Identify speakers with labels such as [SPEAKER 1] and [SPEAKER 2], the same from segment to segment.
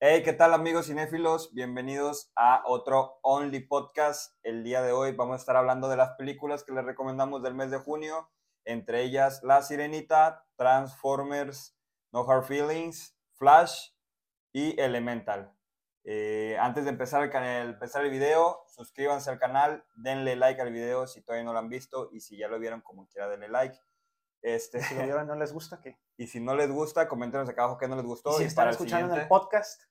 [SPEAKER 1] Hey, ¿qué tal amigos cinéfilos? Bienvenidos a otro Only Podcast. El día de hoy vamos a estar hablando de las películas que les recomendamos del mes de junio, entre ellas La Sirenita, Transformers, No Hard Feelings, Flash y Elemental. Eh, antes de empezar el, canal, empezar el video, suscríbanse al canal, denle like al video si todavía no lo han visto y si ya lo vieron como quiera denle like. Este,
[SPEAKER 2] Si lo vieron, no les gusta, ¿qué?
[SPEAKER 1] y si no les gusta, coméntenos acá abajo qué no les
[SPEAKER 2] Y
[SPEAKER 1] gustó.
[SPEAKER 2] si
[SPEAKER 1] y
[SPEAKER 2] están
[SPEAKER 1] para el
[SPEAKER 2] escuchando en el
[SPEAKER 1] siguiente-
[SPEAKER 2] podcast,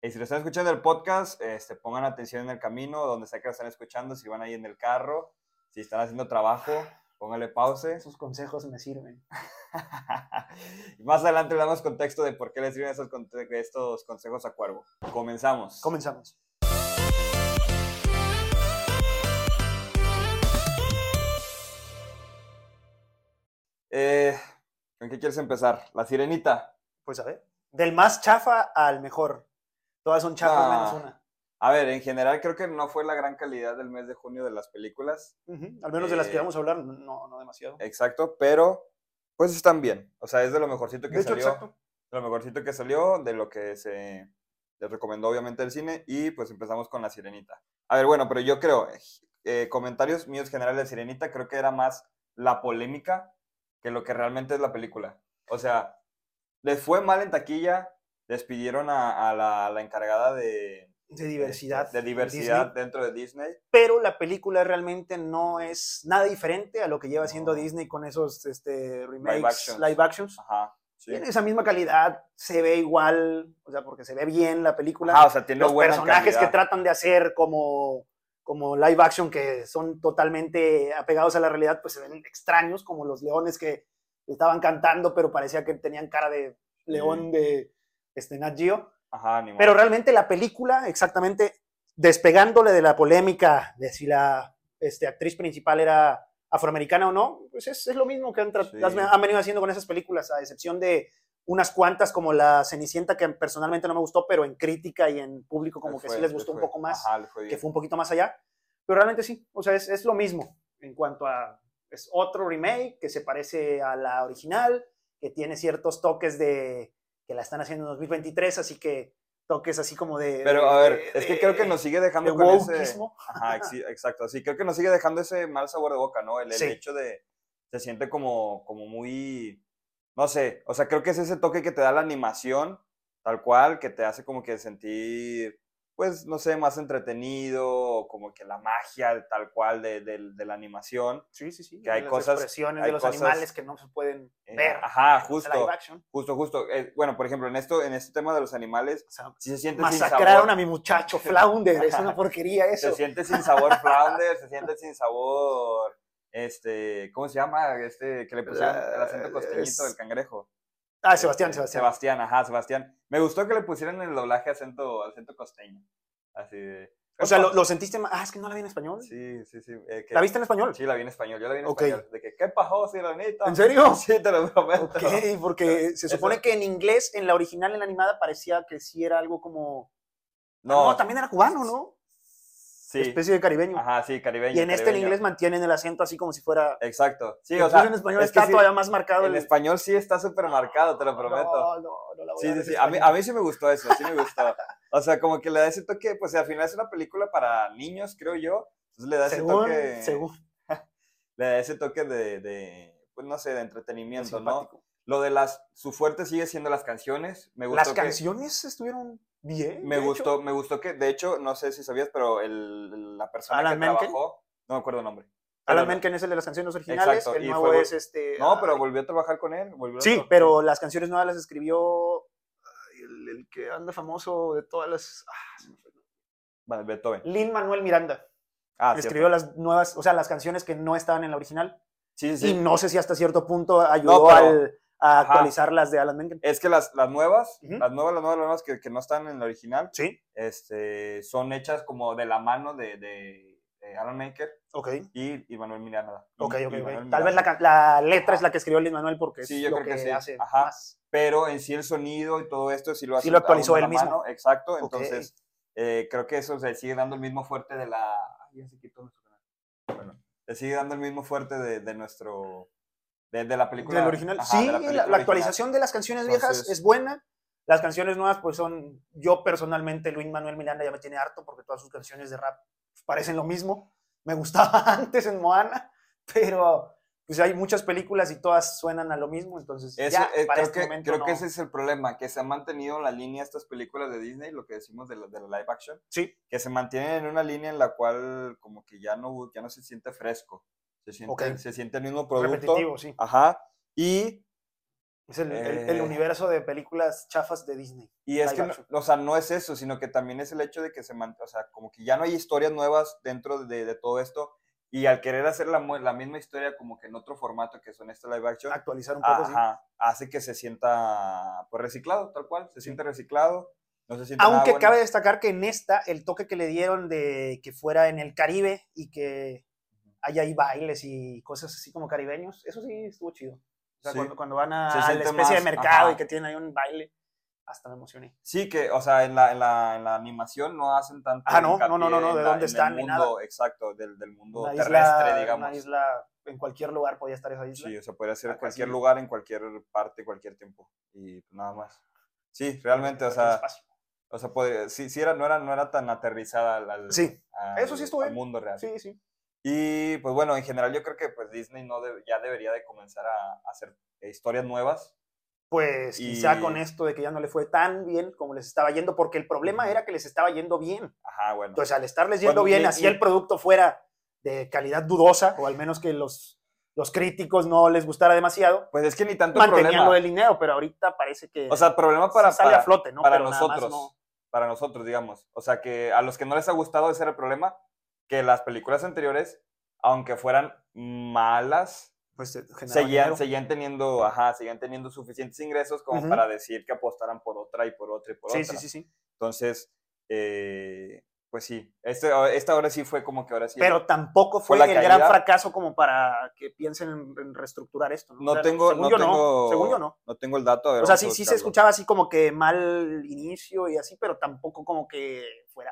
[SPEAKER 1] y si lo están escuchando en el podcast, este, pongan atención en el camino, donde sea que lo están escuchando, si van ahí en el carro, si están haciendo trabajo, pónganle pause.
[SPEAKER 2] sus consejos me sirven.
[SPEAKER 1] Y Más adelante le damos contexto de por qué le sirven estos, conte- estos consejos a Cuervo. Comenzamos.
[SPEAKER 2] Comenzamos.
[SPEAKER 1] Eh, ¿Con qué quieres empezar? La sirenita.
[SPEAKER 2] Pues a ver. Del más chafa al mejor. Todas son chafas
[SPEAKER 1] Ah.
[SPEAKER 2] menos una.
[SPEAKER 1] A ver, en general creo que no fue la gran calidad del mes de junio de las películas.
[SPEAKER 2] Ujú, Al menos de las que
[SPEAKER 1] Eh,
[SPEAKER 2] vamos a hablar, no, no demasiado.
[SPEAKER 1] Exacto, pero pues están bien. O sea, es de lo mejorcito que
[SPEAKER 2] de hecho,
[SPEAKER 1] salió.
[SPEAKER 2] exacto.
[SPEAKER 1] de lo mejorcito que salió, de lo que se les recomendó obviamente el cine y pues empezamos con La Sirenita. A ver, bueno, pero yo creo, eh, eh, comentarios míos generales de Sirenita, creo que era más la polémica que lo que realmente es la película. O sea, les fue mal en taquilla, despidieron a, a la, a la encargada de...
[SPEAKER 2] De
[SPEAKER 1] este,
[SPEAKER 2] diversidad.
[SPEAKER 1] De
[SPEAKER 2] en
[SPEAKER 1] diversidad
[SPEAKER 2] Disney,
[SPEAKER 1] dentro de Disney.
[SPEAKER 2] pero la película realmente no es nada diferente a lo que lleva haciendo
[SPEAKER 1] No.
[SPEAKER 2] Disney con esos este, remakes,
[SPEAKER 1] actions.
[SPEAKER 2] live actions.
[SPEAKER 1] Ajá. sí.
[SPEAKER 2] Tiene esa misma calidad, se ve igual, o sea, porque se ve bien la película.
[SPEAKER 1] Ajá, Ah, o sea, tiene
[SPEAKER 2] los
[SPEAKER 1] buena
[SPEAKER 2] personajes que
[SPEAKER 1] calidad.
[SPEAKER 2] tratan de hacer como, como live action que son totalmente apegados a la realidad, pues se ven extraños, como los leones que estaban cantando, pero parecía que tenían cara de león de este, Nat Geo.
[SPEAKER 1] Ajá, ni modo.
[SPEAKER 2] Pero realmente la película, exactamente, despegándole de la polémica de si la este, actriz principal era afroamericana o no, pues es, es lo mismo que han, tra-
[SPEAKER 1] Sí.
[SPEAKER 2] las ve- han venido haciendo con esas películas, a excepción de unas cuantas como La Cenicienta, que personalmente no me gustó, pero en crítica y en público como
[SPEAKER 1] Les
[SPEAKER 2] que
[SPEAKER 1] fue-
[SPEAKER 2] sí les
[SPEAKER 1] les
[SPEAKER 2] gustó un
[SPEAKER 1] fue-
[SPEAKER 2] poco más,
[SPEAKER 1] ajá, les fue
[SPEAKER 2] que
[SPEAKER 1] bien.
[SPEAKER 2] fue un poquito más allá. Pero realmente sí, o sea, es, es lo mismo en cuanto a... Es otro remake que se parece a la original, que tiene ciertos toques de... que la están haciendo en 2023, así que toques así como de...
[SPEAKER 1] Pero
[SPEAKER 2] de-
[SPEAKER 1] a ver,
[SPEAKER 2] de-
[SPEAKER 1] es que creo que nos sigue
[SPEAKER 2] de
[SPEAKER 1] dejando con ese...
[SPEAKER 2] wokeismo.
[SPEAKER 1] Ajá, ex- Ah, exacto. Sí, creo que nos sigue dejando ese mal sabor de boca, ¿no? El, el
[SPEAKER 2] Sí.
[SPEAKER 1] hecho de. Se siente como, como muy. No sé, o sea, creo que es ese toque que te da la animación, tal cual, que te hace como que sentir, pues, no sé, más entretenido, o como que la magia tal cual de, del- de la animación.
[SPEAKER 2] Sí, sí, sí.
[SPEAKER 1] que
[SPEAKER 2] de
[SPEAKER 1] hay
[SPEAKER 2] las
[SPEAKER 1] cosas-
[SPEAKER 2] expresiones
[SPEAKER 1] hay
[SPEAKER 2] de los
[SPEAKER 1] cosas-
[SPEAKER 2] animales que no se pueden
[SPEAKER 1] Eh,
[SPEAKER 2] ver.
[SPEAKER 1] ajá,
[SPEAKER 2] en
[SPEAKER 1] justo,
[SPEAKER 2] live action.
[SPEAKER 1] justo, justo. Eh, bueno, por ejemplo, en esto, en este tema de los animales,
[SPEAKER 2] O sea,
[SPEAKER 1] sí se siente sin
[SPEAKER 2] masacraron
[SPEAKER 1] sabor.
[SPEAKER 2] a mi muchacho Flounder. es una porquería eso.
[SPEAKER 1] Se siente sin sabor Flounder, se siente sin sabor. Este, ¿cómo se llama? Este, que le pusieron el
[SPEAKER 2] La-
[SPEAKER 1] acento costeñito del
[SPEAKER 2] Eh, es-
[SPEAKER 1] cangrejo.
[SPEAKER 2] ah, Sebastián,
[SPEAKER 1] Este,
[SPEAKER 2] Sebastián.
[SPEAKER 1] Sebastián, ajá, Sebastián. Me gustó que le pusieran en el doblaje acento, acento costeño. Así de.
[SPEAKER 2] O sea, lo, lo sentiste más. Ah, es que no la vi en español.
[SPEAKER 1] Sí, sí, sí. eh, que-
[SPEAKER 2] ¿La viste en español?
[SPEAKER 1] Sí, la vi en español. Yo la vi en
[SPEAKER 2] Ok.
[SPEAKER 1] español. De que, ¿qué pasó, sirenita?
[SPEAKER 2] ¿En serio?
[SPEAKER 1] Sí, te lo prometo.
[SPEAKER 2] Ok, porque se
[SPEAKER 1] Eso-
[SPEAKER 2] supone que en inglés, en la original, en la animada, parecía que sí era algo como.
[SPEAKER 1] No,
[SPEAKER 2] también era cubano, ¿no?
[SPEAKER 1] sí.
[SPEAKER 2] Especie de caribeño.
[SPEAKER 1] Ajá, sí, caribeño.
[SPEAKER 2] y en este, en
[SPEAKER 1] caribeño.
[SPEAKER 2] inglés, mantienen el acento así como si fuera.
[SPEAKER 1] Exacto. Sí, o
[SPEAKER 2] Incluso
[SPEAKER 1] sea,
[SPEAKER 2] en español
[SPEAKER 1] es que
[SPEAKER 2] está
[SPEAKER 1] sí,
[SPEAKER 2] todavía más marcado
[SPEAKER 1] en
[SPEAKER 2] el.
[SPEAKER 1] español sí está súper marcado, te lo prometo.
[SPEAKER 2] No, no, no la voy
[SPEAKER 1] Sí,
[SPEAKER 2] a
[SPEAKER 1] sí,
[SPEAKER 2] ver
[SPEAKER 1] sí.
[SPEAKER 2] en
[SPEAKER 1] A mí, a
[SPEAKER 2] español.
[SPEAKER 1] mí sí me gustó eso, sí me gustó. O sea, como que le da ese toque, pues al final es una película para niños, creo yo. Entonces le da ese
[SPEAKER 2] Según,
[SPEAKER 1] toque.
[SPEAKER 2] según.
[SPEAKER 1] Le da ese toque de, de, pues no sé, de entretenimiento, ¿no?
[SPEAKER 2] simpático.
[SPEAKER 1] Lo de las. Su fuerte sigue siendo las canciones. Me gustó.
[SPEAKER 2] Las
[SPEAKER 1] que-
[SPEAKER 2] canciones estuvieron bien.
[SPEAKER 1] Me
[SPEAKER 2] de hecho.
[SPEAKER 1] gustó, me gustó que, de hecho, no sé si sabías, pero el, la persona
[SPEAKER 2] Alan
[SPEAKER 1] que
[SPEAKER 2] Menken.
[SPEAKER 1] trabajó. No me acuerdo el nombre.
[SPEAKER 2] Alan
[SPEAKER 1] pero-
[SPEAKER 2] Menken es el de las canciones originales.
[SPEAKER 1] Exacto,
[SPEAKER 2] El
[SPEAKER 1] y
[SPEAKER 2] nuevo
[SPEAKER 1] fue-
[SPEAKER 2] es este.
[SPEAKER 1] No,
[SPEAKER 2] ah,
[SPEAKER 1] pero volvió a trabajar con él. volvió a
[SPEAKER 2] Sí,
[SPEAKER 1] trabajar-
[SPEAKER 2] pero las canciones nuevas las escribió ay, el, el que anda famoso de todas las. ah,
[SPEAKER 1] Vale, Beethoven.
[SPEAKER 2] Lin Manuel Miranda.
[SPEAKER 1] Ah, cierto.
[SPEAKER 2] escribió las nuevas, o sea, las canciones que no estaban en la original.
[SPEAKER 1] Sí, sí,
[SPEAKER 2] Y
[SPEAKER 1] sí.
[SPEAKER 2] no sé si hasta cierto punto ayudó
[SPEAKER 1] pero-
[SPEAKER 2] al, a
[SPEAKER 1] ajá.
[SPEAKER 2] actualizar las de Alan Menken.
[SPEAKER 1] Es que las, las nuevas,
[SPEAKER 2] Ujú.
[SPEAKER 1] las nuevas, las nuevas, las nuevas que, que no están en la original,
[SPEAKER 2] Sí,
[SPEAKER 1] este, son hechas como de la mano de, de, de Alan Maker
[SPEAKER 2] ok.
[SPEAKER 1] y, y Manuel Miranda. y-
[SPEAKER 2] Ok,
[SPEAKER 1] y
[SPEAKER 2] ok, ok.
[SPEAKER 1] Manuel
[SPEAKER 2] Tal vez
[SPEAKER 1] Miranda.
[SPEAKER 2] la, can- la letra es la que escribió Lin Manuel porque es
[SPEAKER 1] Sí, yo
[SPEAKER 2] lo
[SPEAKER 1] creo
[SPEAKER 2] que,
[SPEAKER 1] que sí.
[SPEAKER 2] hace
[SPEAKER 1] Ajá.
[SPEAKER 2] más.
[SPEAKER 1] Pero en sí el sonido y todo esto sí lo hace.
[SPEAKER 2] Sí lo
[SPEAKER 1] a
[SPEAKER 2] actualizó
[SPEAKER 1] uno
[SPEAKER 2] él
[SPEAKER 1] la
[SPEAKER 2] mismo.
[SPEAKER 1] mano, Exacto,
[SPEAKER 2] Ok.
[SPEAKER 1] entonces eh, creo que eso se sigue dando el mismo fuerte de la... Ay, ya se quitó nuestro canal. Bueno, se sigue dando el mismo fuerte de, de nuestro... De, de la película.
[SPEAKER 2] del original.
[SPEAKER 1] ajá,
[SPEAKER 2] sí,
[SPEAKER 1] de
[SPEAKER 2] la,
[SPEAKER 1] película
[SPEAKER 2] la
[SPEAKER 1] original.
[SPEAKER 2] actualización de las canciones viejas
[SPEAKER 1] Entonces-
[SPEAKER 2] es buena. Las canciones nuevas, pues son, yo personalmente, Luis Manuel Miranda ya me tiene harto porque todas sus canciones de rap pues, parecen lo mismo. Me gustaba antes en Moana, pero pues hay muchas películas y todas suenan a lo mismo, entonces
[SPEAKER 1] Eso,
[SPEAKER 2] ya
[SPEAKER 1] eh,
[SPEAKER 2] para
[SPEAKER 1] creo
[SPEAKER 2] este
[SPEAKER 1] que,
[SPEAKER 2] momento
[SPEAKER 1] creo
[SPEAKER 2] no.
[SPEAKER 1] que ese es el problema, que se ha mantenido la línea estas películas de Disney, lo que decimos de la, de la live action,
[SPEAKER 2] Sí,
[SPEAKER 1] que se mantienen en una línea en la cual como que ya no, ya no se siente fresco, se siente,
[SPEAKER 2] Ok.
[SPEAKER 1] se siente el mismo producto.
[SPEAKER 2] repetitivo, sí.
[SPEAKER 1] Ajá. Y,
[SPEAKER 2] Es el, el- el
[SPEAKER 1] Eh.
[SPEAKER 2] universo de películas chafas de Disney.
[SPEAKER 1] y es
[SPEAKER 2] Live
[SPEAKER 1] que, no-
[SPEAKER 2] action.
[SPEAKER 1] o sea, no es eso, sino que también es el hecho de que se mantiene, o sea, como que ya no hay historias nuevas dentro de, de todo esto. Y al querer hacer la, mu- la misma historia como que en otro formato que son estas live action,
[SPEAKER 2] Actualizar Ah, un poco, sí.
[SPEAKER 1] Ah, Ajá, hace que se sienta pues, reciclado, tal cual, se siente reciclado, no se siente nada
[SPEAKER 2] Aunque
[SPEAKER 1] Ah, bueno.
[SPEAKER 2] cabe destacar que en esta, el toque que le dieron de que fuera en el Caribe y que haya ahí bailes y cosas así como caribeños, eso sí estuvo chido. O sea,
[SPEAKER 1] Sí.
[SPEAKER 2] cuando, cuando van a,
[SPEAKER 1] Se
[SPEAKER 2] a la
[SPEAKER 1] siente
[SPEAKER 2] especie de
[SPEAKER 1] más,
[SPEAKER 2] mercado
[SPEAKER 1] ajá.
[SPEAKER 2] y que tienen ahí un baile, hasta me emocioné.
[SPEAKER 1] Sí, que, o sea, en la, en la, en la animación no hacen tanto.
[SPEAKER 2] Ah, no, no, no,
[SPEAKER 1] hincapié
[SPEAKER 2] no, no,
[SPEAKER 1] en
[SPEAKER 2] de
[SPEAKER 1] la-
[SPEAKER 2] dónde
[SPEAKER 1] en el
[SPEAKER 2] están ni nada.
[SPEAKER 1] mundo, Exacto, del, del mundo
[SPEAKER 2] Una
[SPEAKER 1] terrestre,
[SPEAKER 2] isla,
[SPEAKER 1] digamos.
[SPEAKER 2] una isla, en cualquier lugar podía estar esa isla.
[SPEAKER 1] Sí, o sea, podría ser en
[SPEAKER 2] Acá
[SPEAKER 1] cualquier
[SPEAKER 2] sí.
[SPEAKER 1] lugar, en cualquier parte, cualquier tiempo. Y nada más. Sí, realmente, o
[SPEAKER 2] cualquier
[SPEAKER 1] sea,
[SPEAKER 2] espacio.
[SPEAKER 1] o sea podría- sí, sí era, no, era, no era tan aterrizada al, al-
[SPEAKER 2] Sí,
[SPEAKER 1] al-
[SPEAKER 2] Eso sí estuvo
[SPEAKER 1] al
[SPEAKER 2] bien.
[SPEAKER 1] mundo real.
[SPEAKER 2] sí, sí.
[SPEAKER 1] Y pues bueno, en general yo creo que pues Disney no debe- ya debería de comenzar a, a hacer eh, historias nuevas.
[SPEAKER 2] Pues
[SPEAKER 1] Y-
[SPEAKER 2] quizá con esto de que ya no le fue tan bien como les estaba yendo, porque el problema
[SPEAKER 1] Ujú.
[SPEAKER 2] era que les estaba yendo bien.
[SPEAKER 1] Ajá, bueno.
[SPEAKER 2] Entonces, al estarles yendo
[SPEAKER 1] Bueno,
[SPEAKER 2] bien,
[SPEAKER 1] mi-
[SPEAKER 2] así
[SPEAKER 1] mi-
[SPEAKER 2] el producto fuera de calidad dudosa, o al menos que los, los críticos no les gustara demasiado,
[SPEAKER 1] pues es que ni tanto
[SPEAKER 2] mantenían
[SPEAKER 1] problema.
[SPEAKER 2] lo del dinero, pero ahorita parece que
[SPEAKER 1] O sea, problema para,
[SPEAKER 2] se sale
[SPEAKER 1] para,
[SPEAKER 2] a flote, ¿no?
[SPEAKER 1] para
[SPEAKER 2] Pero nada más
[SPEAKER 1] nosotros.
[SPEAKER 2] no.
[SPEAKER 1] para nosotros, digamos. O sea, que a los que no les ha gustado ese era el problema, que las películas anteriores, aunque fueran malas,
[SPEAKER 2] Pues, eh, generaba
[SPEAKER 1] seguían,
[SPEAKER 2] dinero.
[SPEAKER 1] seguían teniendo, ajá, seguían teniendo suficientes ingresos como
[SPEAKER 2] Ujú.
[SPEAKER 1] para decir que apostaran por otra y por otra y por
[SPEAKER 2] Sí,
[SPEAKER 1] otra.
[SPEAKER 2] sí, sí, sí.
[SPEAKER 1] Entonces, eh, pues sí, este, esta ahora sí fue como que ahora sí.
[SPEAKER 2] Pero tampoco fue,
[SPEAKER 1] la
[SPEAKER 2] el
[SPEAKER 1] caída.
[SPEAKER 2] gran fracaso como para que piensen en, en reestructurar esto. ¿no?
[SPEAKER 1] No
[SPEAKER 2] O sea,
[SPEAKER 1] tengo,
[SPEAKER 2] según
[SPEAKER 1] no
[SPEAKER 2] yo
[SPEAKER 1] tengo,
[SPEAKER 2] no. Según yo no.
[SPEAKER 1] no tengo el dato. pues a ver,
[SPEAKER 2] O sea,
[SPEAKER 1] vamos a
[SPEAKER 2] sí, sí se
[SPEAKER 1] buscarlo.
[SPEAKER 2] escuchaba así como que mal inicio y así, pero tampoco como que fuera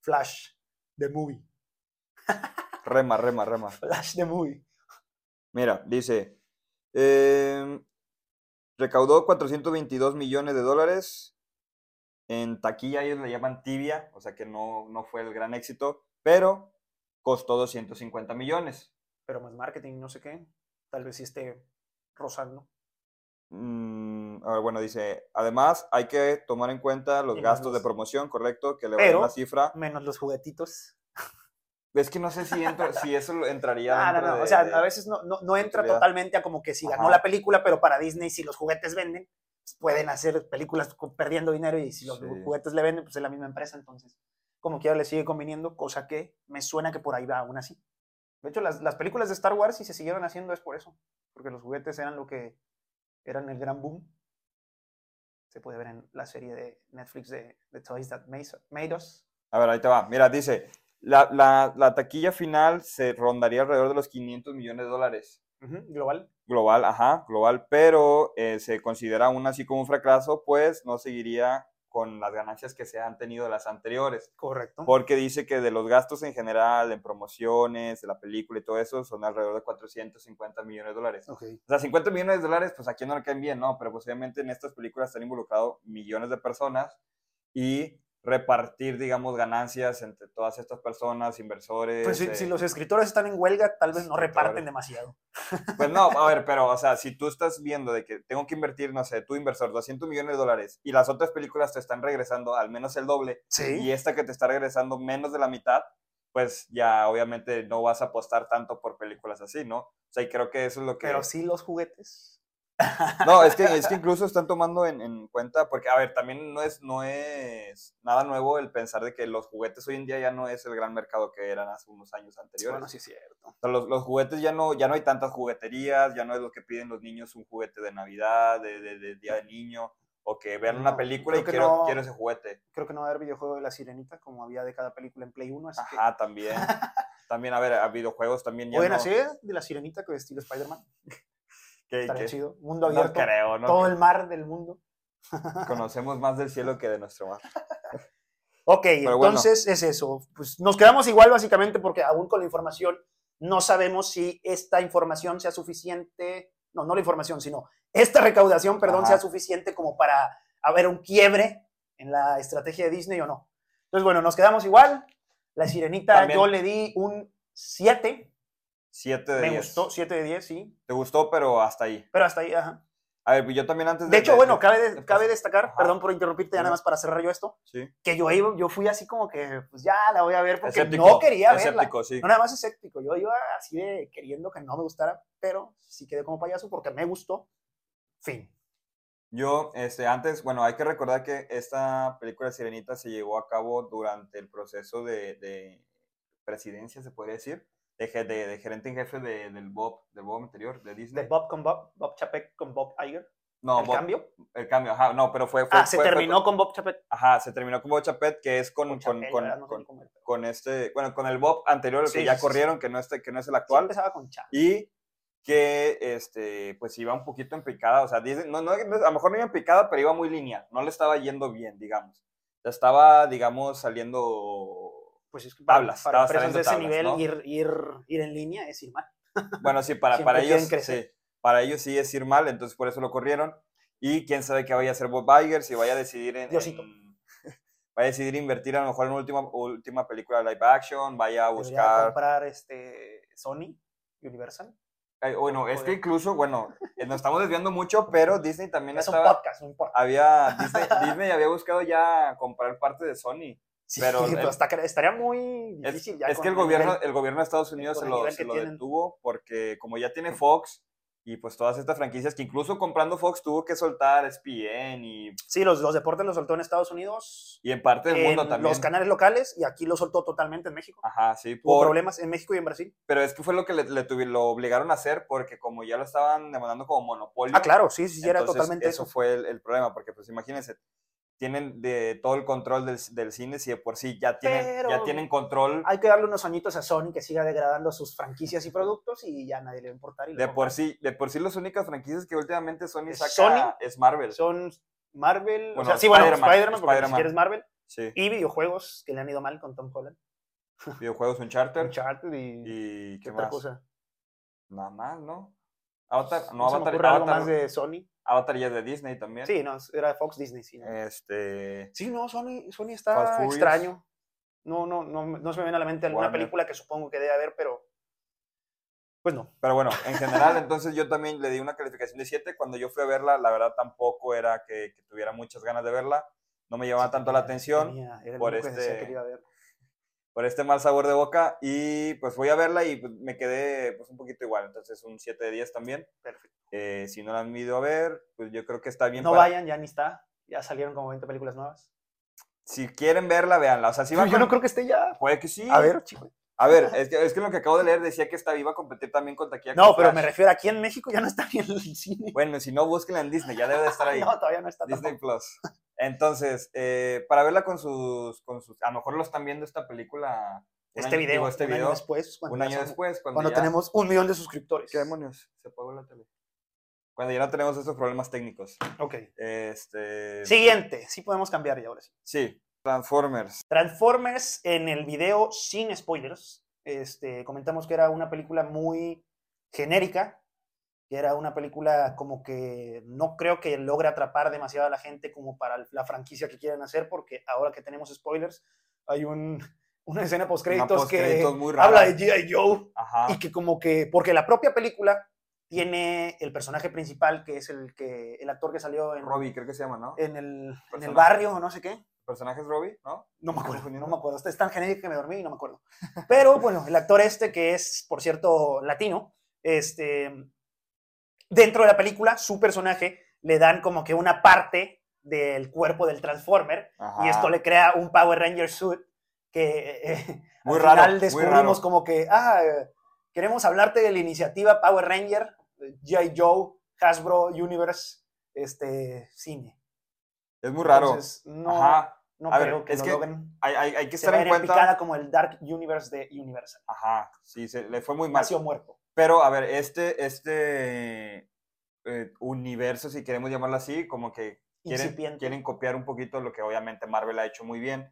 [SPEAKER 2] Flash de movie.
[SPEAKER 1] Rema, rema, rema.
[SPEAKER 2] Flash de movie.
[SPEAKER 1] Mira, dice, em, recaudó 422 millones de dólares. En taquilla ellos le llaman tibia, o sea que no, no fue el gran éxito, pero costó 250 millones.
[SPEAKER 2] Pero más marketing, no sé qué. Tal vez sí esté rozando.
[SPEAKER 1] Mm, a ver, bueno, dice, además hay que tomar en cuenta los
[SPEAKER 2] Y más
[SPEAKER 1] gastos de
[SPEAKER 2] los-
[SPEAKER 1] promoción, correcto, que le valen la
[SPEAKER 2] Pero-
[SPEAKER 1] cifra.
[SPEAKER 2] Menos los juguetitos.
[SPEAKER 1] Es que no sé si, entro- si eso lo entraría
[SPEAKER 2] Ah, no,
[SPEAKER 1] dentro
[SPEAKER 2] no. O
[SPEAKER 1] de-
[SPEAKER 2] sea,
[SPEAKER 1] de-
[SPEAKER 2] a veces no, no, no entra
[SPEAKER 1] Utilidad.
[SPEAKER 2] totalmente a como que si ganó
[SPEAKER 1] Ajá.
[SPEAKER 2] la película, pero para Disney, si los juguetes venden, pues, pueden hacer películas co- perdiendo dinero y si los
[SPEAKER 1] Sí.
[SPEAKER 2] juguetes le venden, pues es la misma empresa. Entonces, como quiera, le sigue conviniendo, cosa que me suena que por ahí va aún así. De hecho, las, las películas de Star Wars, si se siguieron haciendo, es por eso. Porque los juguetes eran lo que eran el gran boom. Se puede ver en la serie de Netflix de, de Toys That Made Us- Made Us.
[SPEAKER 1] A ver, ahí te va. Mira, dice, la, la- la taquilla final se rondaría alrededor de los 500 millones de dólares.
[SPEAKER 2] Ujú, Global.
[SPEAKER 1] Global, ajá, global, pero eh, se considera aún así como un fracaso, pues no seguiría con las ganancias que se han tenido de las anteriores,
[SPEAKER 2] Correcto.
[SPEAKER 1] porque dice que de los gastos en general, en promociones, de la película y todo eso, son alrededor de 450 millones de dólares.
[SPEAKER 2] Ok.
[SPEAKER 1] O sea, 50 millones de dólares, pues a quién no le caen bien, ¿no? Pero pues obviamente en estas películas están involucrados millones de personas y repartir, digamos, ganancias entre todas estas personas, inversores.
[SPEAKER 2] Pues si,
[SPEAKER 1] eh,
[SPEAKER 2] si los escritores están en huelga, tal vez no
[SPEAKER 1] escritores.
[SPEAKER 2] reparten demasiado.
[SPEAKER 1] Pues no, a ver, pero, o sea, si tú estás viendo de que tengo que invertir, no sé, tu inversor 200 millones de dólares y las otras películas te están regresando al menos el doble y
[SPEAKER 2] Sí.
[SPEAKER 1] esta que te está regresando menos de la mitad, pues ya obviamente no vas a apostar tanto por películas así, ¿no? O sea, y creo que eso es lo que...
[SPEAKER 2] Pero sí los juguetes.
[SPEAKER 1] No, es que, es que incluso están tomando en, en cuenta, porque, a ver, también no es, no es nada nuevo el pensar de que los juguetes hoy en día ya no es el gran mercado que eran hace unos años anteriores.
[SPEAKER 2] Bueno, sí es cierto.
[SPEAKER 1] O sea, los, los juguetes ya no, ya no hay tantas jugueterías, ya no es lo que piden los niños un juguete de Navidad, de, de- de Día del Niño, o que vean una
[SPEAKER 2] No,
[SPEAKER 1] película y
[SPEAKER 2] creo que
[SPEAKER 1] quiero,
[SPEAKER 2] no.
[SPEAKER 1] quiero ese juguete.
[SPEAKER 2] Creo que no va a haber videojuego de la sirenita como había de cada película en Play 1. Así que...
[SPEAKER 1] Ajá, también. También, a ver, a videojuegos también ya
[SPEAKER 2] Pueden
[SPEAKER 1] no.
[SPEAKER 2] hacer de la sirenita que estilo Spider-Man.
[SPEAKER 1] que-
[SPEAKER 2] Estaría
[SPEAKER 1] que-
[SPEAKER 2] chido. Mundo
[SPEAKER 1] no
[SPEAKER 2] abierto.
[SPEAKER 1] creo, ¿no?
[SPEAKER 2] Todo el mar del mundo.
[SPEAKER 1] Conocemos más del cielo que de nuestro mar.
[SPEAKER 2] Ok,
[SPEAKER 1] Pero bueno.
[SPEAKER 2] entonces es eso. Pues nos quedamos igual básicamente porque aún con la información no sabemos si esta información sea suficiente, no, no la información, sino esta recaudación, perdón,
[SPEAKER 1] Ajá.
[SPEAKER 2] sea suficiente como para haber un quiebre en la estrategia de Disney o no. Entonces, bueno, nos quedamos igual. La sirenita
[SPEAKER 1] También.
[SPEAKER 2] yo le di un 7.
[SPEAKER 1] 7 de
[SPEAKER 2] Me
[SPEAKER 1] 10.
[SPEAKER 2] gustó, 7 de 10, sí.
[SPEAKER 1] Te gustó, pero hasta ahí.
[SPEAKER 2] Pero hasta ahí, ajá.
[SPEAKER 1] A ver, pues yo también antes de.
[SPEAKER 2] De hecho,
[SPEAKER 1] de-
[SPEAKER 2] bueno,
[SPEAKER 1] de-
[SPEAKER 2] cabe, de-
[SPEAKER 1] de-
[SPEAKER 2] cabe destacar,
[SPEAKER 1] Ajá.
[SPEAKER 2] perdón por interrumpirte, ya nada
[SPEAKER 1] Ujú.
[SPEAKER 2] más para cerrar yo esto,
[SPEAKER 1] Sí.
[SPEAKER 2] que yo, iba- yo fui así como que, pues ya la voy a ver porque
[SPEAKER 1] Escéptico.
[SPEAKER 2] no quería verla.
[SPEAKER 1] Escéptico, sí.
[SPEAKER 2] No nada más escéptico, yo iba así de queriendo que no me gustara, pero sí quedé como payaso porque me gustó. Fin.
[SPEAKER 1] Yo, este, antes, bueno, hay que recordar que esta película de Sirenita se llevó a cabo durante el proceso de, de presidencia, se podría decir, de, je- de- de gerente en jefe de- del Bob, del Bob anterior, de
[SPEAKER 2] De
[SPEAKER 1] Disney.
[SPEAKER 2] Bob con Bob, Bob Chapek con Bob Iger.
[SPEAKER 1] no,
[SPEAKER 2] el
[SPEAKER 1] Bob-
[SPEAKER 2] cambio.
[SPEAKER 1] el cambio, ajá, no, pero fue... fue-
[SPEAKER 2] Ah, se
[SPEAKER 1] fue- fue-
[SPEAKER 2] terminó con Bob Chapek.
[SPEAKER 1] ajá, se terminó con Bob Chapek, que es con,
[SPEAKER 2] Con,
[SPEAKER 1] con,
[SPEAKER 2] Chapek,
[SPEAKER 1] con-
[SPEAKER 2] ¿verdad? No sé
[SPEAKER 1] con-
[SPEAKER 2] ni cómo era.
[SPEAKER 1] con este, bueno, con el Bob anterior, el
[SPEAKER 2] Sí,
[SPEAKER 1] que ya
[SPEAKER 2] sí, sí, sí.
[SPEAKER 1] corrieron, que no, este, que no es el
[SPEAKER 2] Sí,
[SPEAKER 1] actual.
[SPEAKER 2] empezaba con Chap.
[SPEAKER 1] y que este pues iba un poquito en picada, o sea, dicen- no, no, a lo mejor no iba en picada, pero iba muy lineal, no le estaba yendo bien, digamos. Ya Estaba, digamos, saliendo
[SPEAKER 2] Pues es que
[SPEAKER 1] tablas,
[SPEAKER 2] para
[SPEAKER 1] estaba
[SPEAKER 2] empresas de ese
[SPEAKER 1] saliendo
[SPEAKER 2] nivel
[SPEAKER 1] tablas,
[SPEAKER 2] ir, ir, ir en línea es ir mal.
[SPEAKER 1] bueno, sí, para,
[SPEAKER 2] Siempre
[SPEAKER 1] para
[SPEAKER 2] quieren
[SPEAKER 1] ellos
[SPEAKER 2] crecer.
[SPEAKER 1] sí, para ellos sí es ir mal, entonces por eso lo corrieron y quién sabe qué vaya a hacer Bob Iger si vaya a decidir en,
[SPEAKER 2] Diosito.
[SPEAKER 1] en- vaya a decidir invertir a lo mejor en última última película de live action, vaya a
[SPEAKER 2] Debería
[SPEAKER 1] buscar
[SPEAKER 2] comprar este Sony, Universal.
[SPEAKER 1] Ay, eh, bueno, es que
[SPEAKER 2] Joder.
[SPEAKER 1] incluso, bueno, eh, nos estamos desviando mucho, pero Disney también
[SPEAKER 2] Es un
[SPEAKER 1] estaba
[SPEAKER 2] podcast, no importa.
[SPEAKER 1] había Disney, Disney había buscado ya comprar parte de Sony.
[SPEAKER 2] Sí,
[SPEAKER 1] pero
[SPEAKER 2] pero
[SPEAKER 1] el-
[SPEAKER 2] hasta que- estaría muy
[SPEAKER 1] Es,
[SPEAKER 2] difícil ya
[SPEAKER 1] es que
[SPEAKER 2] con
[SPEAKER 1] el gobierno,
[SPEAKER 2] nivel.
[SPEAKER 1] el gobierno de Estados Unidos
[SPEAKER 2] con
[SPEAKER 1] se
[SPEAKER 2] el
[SPEAKER 1] lo,
[SPEAKER 2] nivel
[SPEAKER 1] se
[SPEAKER 2] que
[SPEAKER 1] lo
[SPEAKER 2] tienen.
[SPEAKER 1] detuvo porque como ya tiene Fox y pues todas estas franquicias que incluso comprando Fox tuvo que soltar E ESPN y,
[SPEAKER 2] Sí, los, los deportes los soltó en Estados Unidos,
[SPEAKER 1] y en parte del
[SPEAKER 2] en
[SPEAKER 1] mundo también.
[SPEAKER 2] los canales locales y aquí los soltó totalmente en México.
[SPEAKER 1] Ajá, sí,
[SPEAKER 2] Tuvo
[SPEAKER 1] por,
[SPEAKER 2] problemas en México y en Brasil.
[SPEAKER 1] pero es que fue lo que le, le tuvi- lo obligaron a hacer porque como ya lo estaban demandando como monopolio.
[SPEAKER 2] Ah, claro, sí, sí, sí, era
[SPEAKER 1] Entonces,
[SPEAKER 2] totalmente
[SPEAKER 1] eso.
[SPEAKER 2] eso.
[SPEAKER 1] fue el, el problema, porque pues imagínense, tienen de todo el control del, del cine, si de por sí ya tienen, ya
[SPEAKER 2] Pero-
[SPEAKER 1] tienen control,
[SPEAKER 2] Hay que darle unos añitos a Sony que siga degradando sus franquicias y productos y ya nadie le va a importar. y lo
[SPEAKER 1] de por
[SPEAKER 2] compra.
[SPEAKER 1] sí, de por sí las únicas franquicias que últimamente Sony
[SPEAKER 2] Es
[SPEAKER 1] saca
[SPEAKER 2] Sony,
[SPEAKER 1] es Marvel.
[SPEAKER 2] Son Marvel, o
[SPEAKER 1] Bueno,
[SPEAKER 2] sea, sí, bueno,
[SPEAKER 1] Spider-Man,
[SPEAKER 2] Spider-Man, porque ni
[SPEAKER 1] Spider-Man.
[SPEAKER 2] siquiera es Marvel,
[SPEAKER 1] Sí,
[SPEAKER 2] y videojuegos que le han ido mal con Tom Holland.
[SPEAKER 1] videojuegos Uncharted
[SPEAKER 2] Uncharted y,
[SPEAKER 1] y qué
[SPEAKER 2] otra
[SPEAKER 1] más.
[SPEAKER 2] cosa.
[SPEAKER 1] Nada más, ¿no? Avatar, no,
[SPEAKER 2] No, se me
[SPEAKER 1] Avatar,
[SPEAKER 2] ocurre algo
[SPEAKER 1] Avatar-
[SPEAKER 2] más de Sony.
[SPEAKER 1] Avatar ya es de Disney también.
[SPEAKER 2] Sí, no, era de Fox Disney, sí. ¿no?
[SPEAKER 1] Este,
[SPEAKER 2] Sí, no, Sony, Sony
[SPEAKER 1] Fast
[SPEAKER 2] está
[SPEAKER 1] Furious.
[SPEAKER 2] extraño. No, no, no, me- no se me viene a la mente alguna
[SPEAKER 1] Warner.
[SPEAKER 2] película que supongo que debe haber, pero. Pues no.
[SPEAKER 1] pero bueno, en general, entonces yo también le di una calificación de 7. Cuando yo fui a verla, la verdad tampoco era que, que tuviera muchas ganas de verla. No me llamaba
[SPEAKER 2] Sí,
[SPEAKER 1] tanto la
[SPEAKER 2] tenía-
[SPEAKER 1] atención.
[SPEAKER 2] tenía- era el
[SPEAKER 1] por
[SPEAKER 2] único que decía que
[SPEAKER 1] este-
[SPEAKER 2] le iba a ver.
[SPEAKER 1] por este mal sabor de boca y pues voy a verla y pues, me quedé pues un poquito igual, entonces un 7 de 10 también.
[SPEAKER 2] Perfecto.
[SPEAKER 1] Eh, si no la han ido a ver, pues yo creo que está bien.
[SPEAKER 2] No
[SPEAKER 1] para-
[SPEAKER 2] vayan, ya ni está. Ya salieron como 20 películas nuevas.
[SPEAKER 1] Si quieren verla, véanla. O sea, si va
[SPEAKER 2] Yo no
[SPEAKER 1] con-
[SPEAKER 2] creo que esté ya.
[SPEAKER 1] Puede que sí.
[SPEAKER 2] A ver, chico.
[SPEAKER 1] A ver, es que, es que lo que acabo de leer decía que esta viva a competir también con Taquilla.
[SPEAKER 2] No,
[SPEAKER 1] con
[SPEAKER 2] pero
[SPEAKER 1] Flash.
[SPEAKER 2] me refiero aquí en México ya no está bien el cine.
[SPEAKER 1] Bueno, si no, búsquenla en Disney, ya debe de estar ahí.
[SPEAKER 2] No, todavía no está tampoco.
[SPEAKER 1] Disney Plus. Entonces, eh, para verla con sus, con sus. A lo mejor lo están viendo esta película. un
[SPEAKER 2] Este
[SPEAKER 1] año-
[SPEAKER 2] video,
[SPEAKER 1] digo, este
[SPEAKER 2] un
[SPEAKER 1] video.
[SPEAKER 2] año después, cuando,
[SPEAKER 1] un
[SPEAKER 2] ya
[SPEAKER 1] año
[SPEAKER 2] somos-
[SPEAKER 1] después. Cuando,
[SPEAKER 2] cuando
[SPEAKER 1] ya-
[SPEAKER 2] tenemos un millón de suscriptores.
[SPEAKER 1] ¿Qué demonios? Se apagó la tele. Cuando ya no tenemos esos problemas técnicos.
[SPEAKER 2] Ok.
[SPEAKER 1] Este.
[SPEAKER 2] Siguiente, sí podemos cambiar ya ahora sí.
[SPEAKER 1] Sí, Transformers.
[SPEAKER 2] Transformers en el video sin spoilers. Este, comentamos que era una película muy genérica, que era una película como que no creo que logre atrapar demasiado a la gente como para la franquicia que quieren hacer, porque ahora que tenemos spoilers, hay un, una escena post
[SPEAKER 1] Una
[SPEAKER 2] créditos que
[SPEAKER 1] postcréditos muy rara. Ah.
[SPEAKER 2] habla de G.I. Joe
[SPEAKER 1] Ajá.
[SPEAKER 2] y que como que, porque la propia película tiene el personaje principal, que es el, que, el actor que salió en,
[SPEAKER 1] Robbie, creo que se llama, ¿no? El
[SPEAKER 2] en, el, en el
[SPEAKER 1] Personaje.
[SPEAKER 2] barrio o no sé qué.
[SPEAKER 1] personaje es Robbie, ¿no?
[SPEAKER 2] No me
[SPEAKER 1] ¿Estás
[SPEAKER 2] acuerdo, no
[SPEAKER 1] confundiendo?
[SPEAKER 2] me acuerdo. Este es tan genérico que me dormí y no me acuerdo. Pero bueno, el actor este, que es, por cierto, latino, este, dentro de la película, su personaje le dan como que una parte del cuerpo del Transformer
[SPEAKER 1] Ajá.
[SPEAKER 2] y esto le crea un Power Ranger suit que eh,
[SPEAKER 1] Muy
[SPEAKER 2] al
[SPEAKER 1] raro,
[SPEAKER 2] final
[SPEAKER 1] muy
[SPEAKER 2] descubrimos
[SPEAKER 1] raro.
[SPEAKER 2] como que, ah, eh, queremos hablarte de la iniciativa Power Ranger, eh, G.I. Joe, Hasbro Universe, este, cine.
[SPEAKER 1] Es muy raro.
[SPEAKER 2] Entonces, no,
[SPEAKER 1] Ajá.
[SPEAKER 2] no
[SPEAKER 1] A ver,
[SPEAKER 2] creo que
[SPEAKER 1] es
[SPEAKER 2] lo
[SPEAKER 1] que-
[SPEAKER 2] logren
[SPEAKER 1] Hay, hay- hay que
[SPEAKER 2] se va a
[SPEAKER 1] estar en
[SPEAKER 2] ir en
[SPEAKER 1] cuenta.
[SPEAKER 2] picada como el Dark Universe de Universal.
[SPEAKER 1] Ajá. Sí, se, le fue muy mal.
[SPEAKER 2] Nació muerto.
[SPEAKER 1] Pero, a ver, este, este eh, universo, si queremos llamarlo así, como que quieren,
[SPEAKER 2] Incipiente.
[SPEAKER 1] quieren copiar un poquito lo que obviamente Marvel ha hecho muy bien.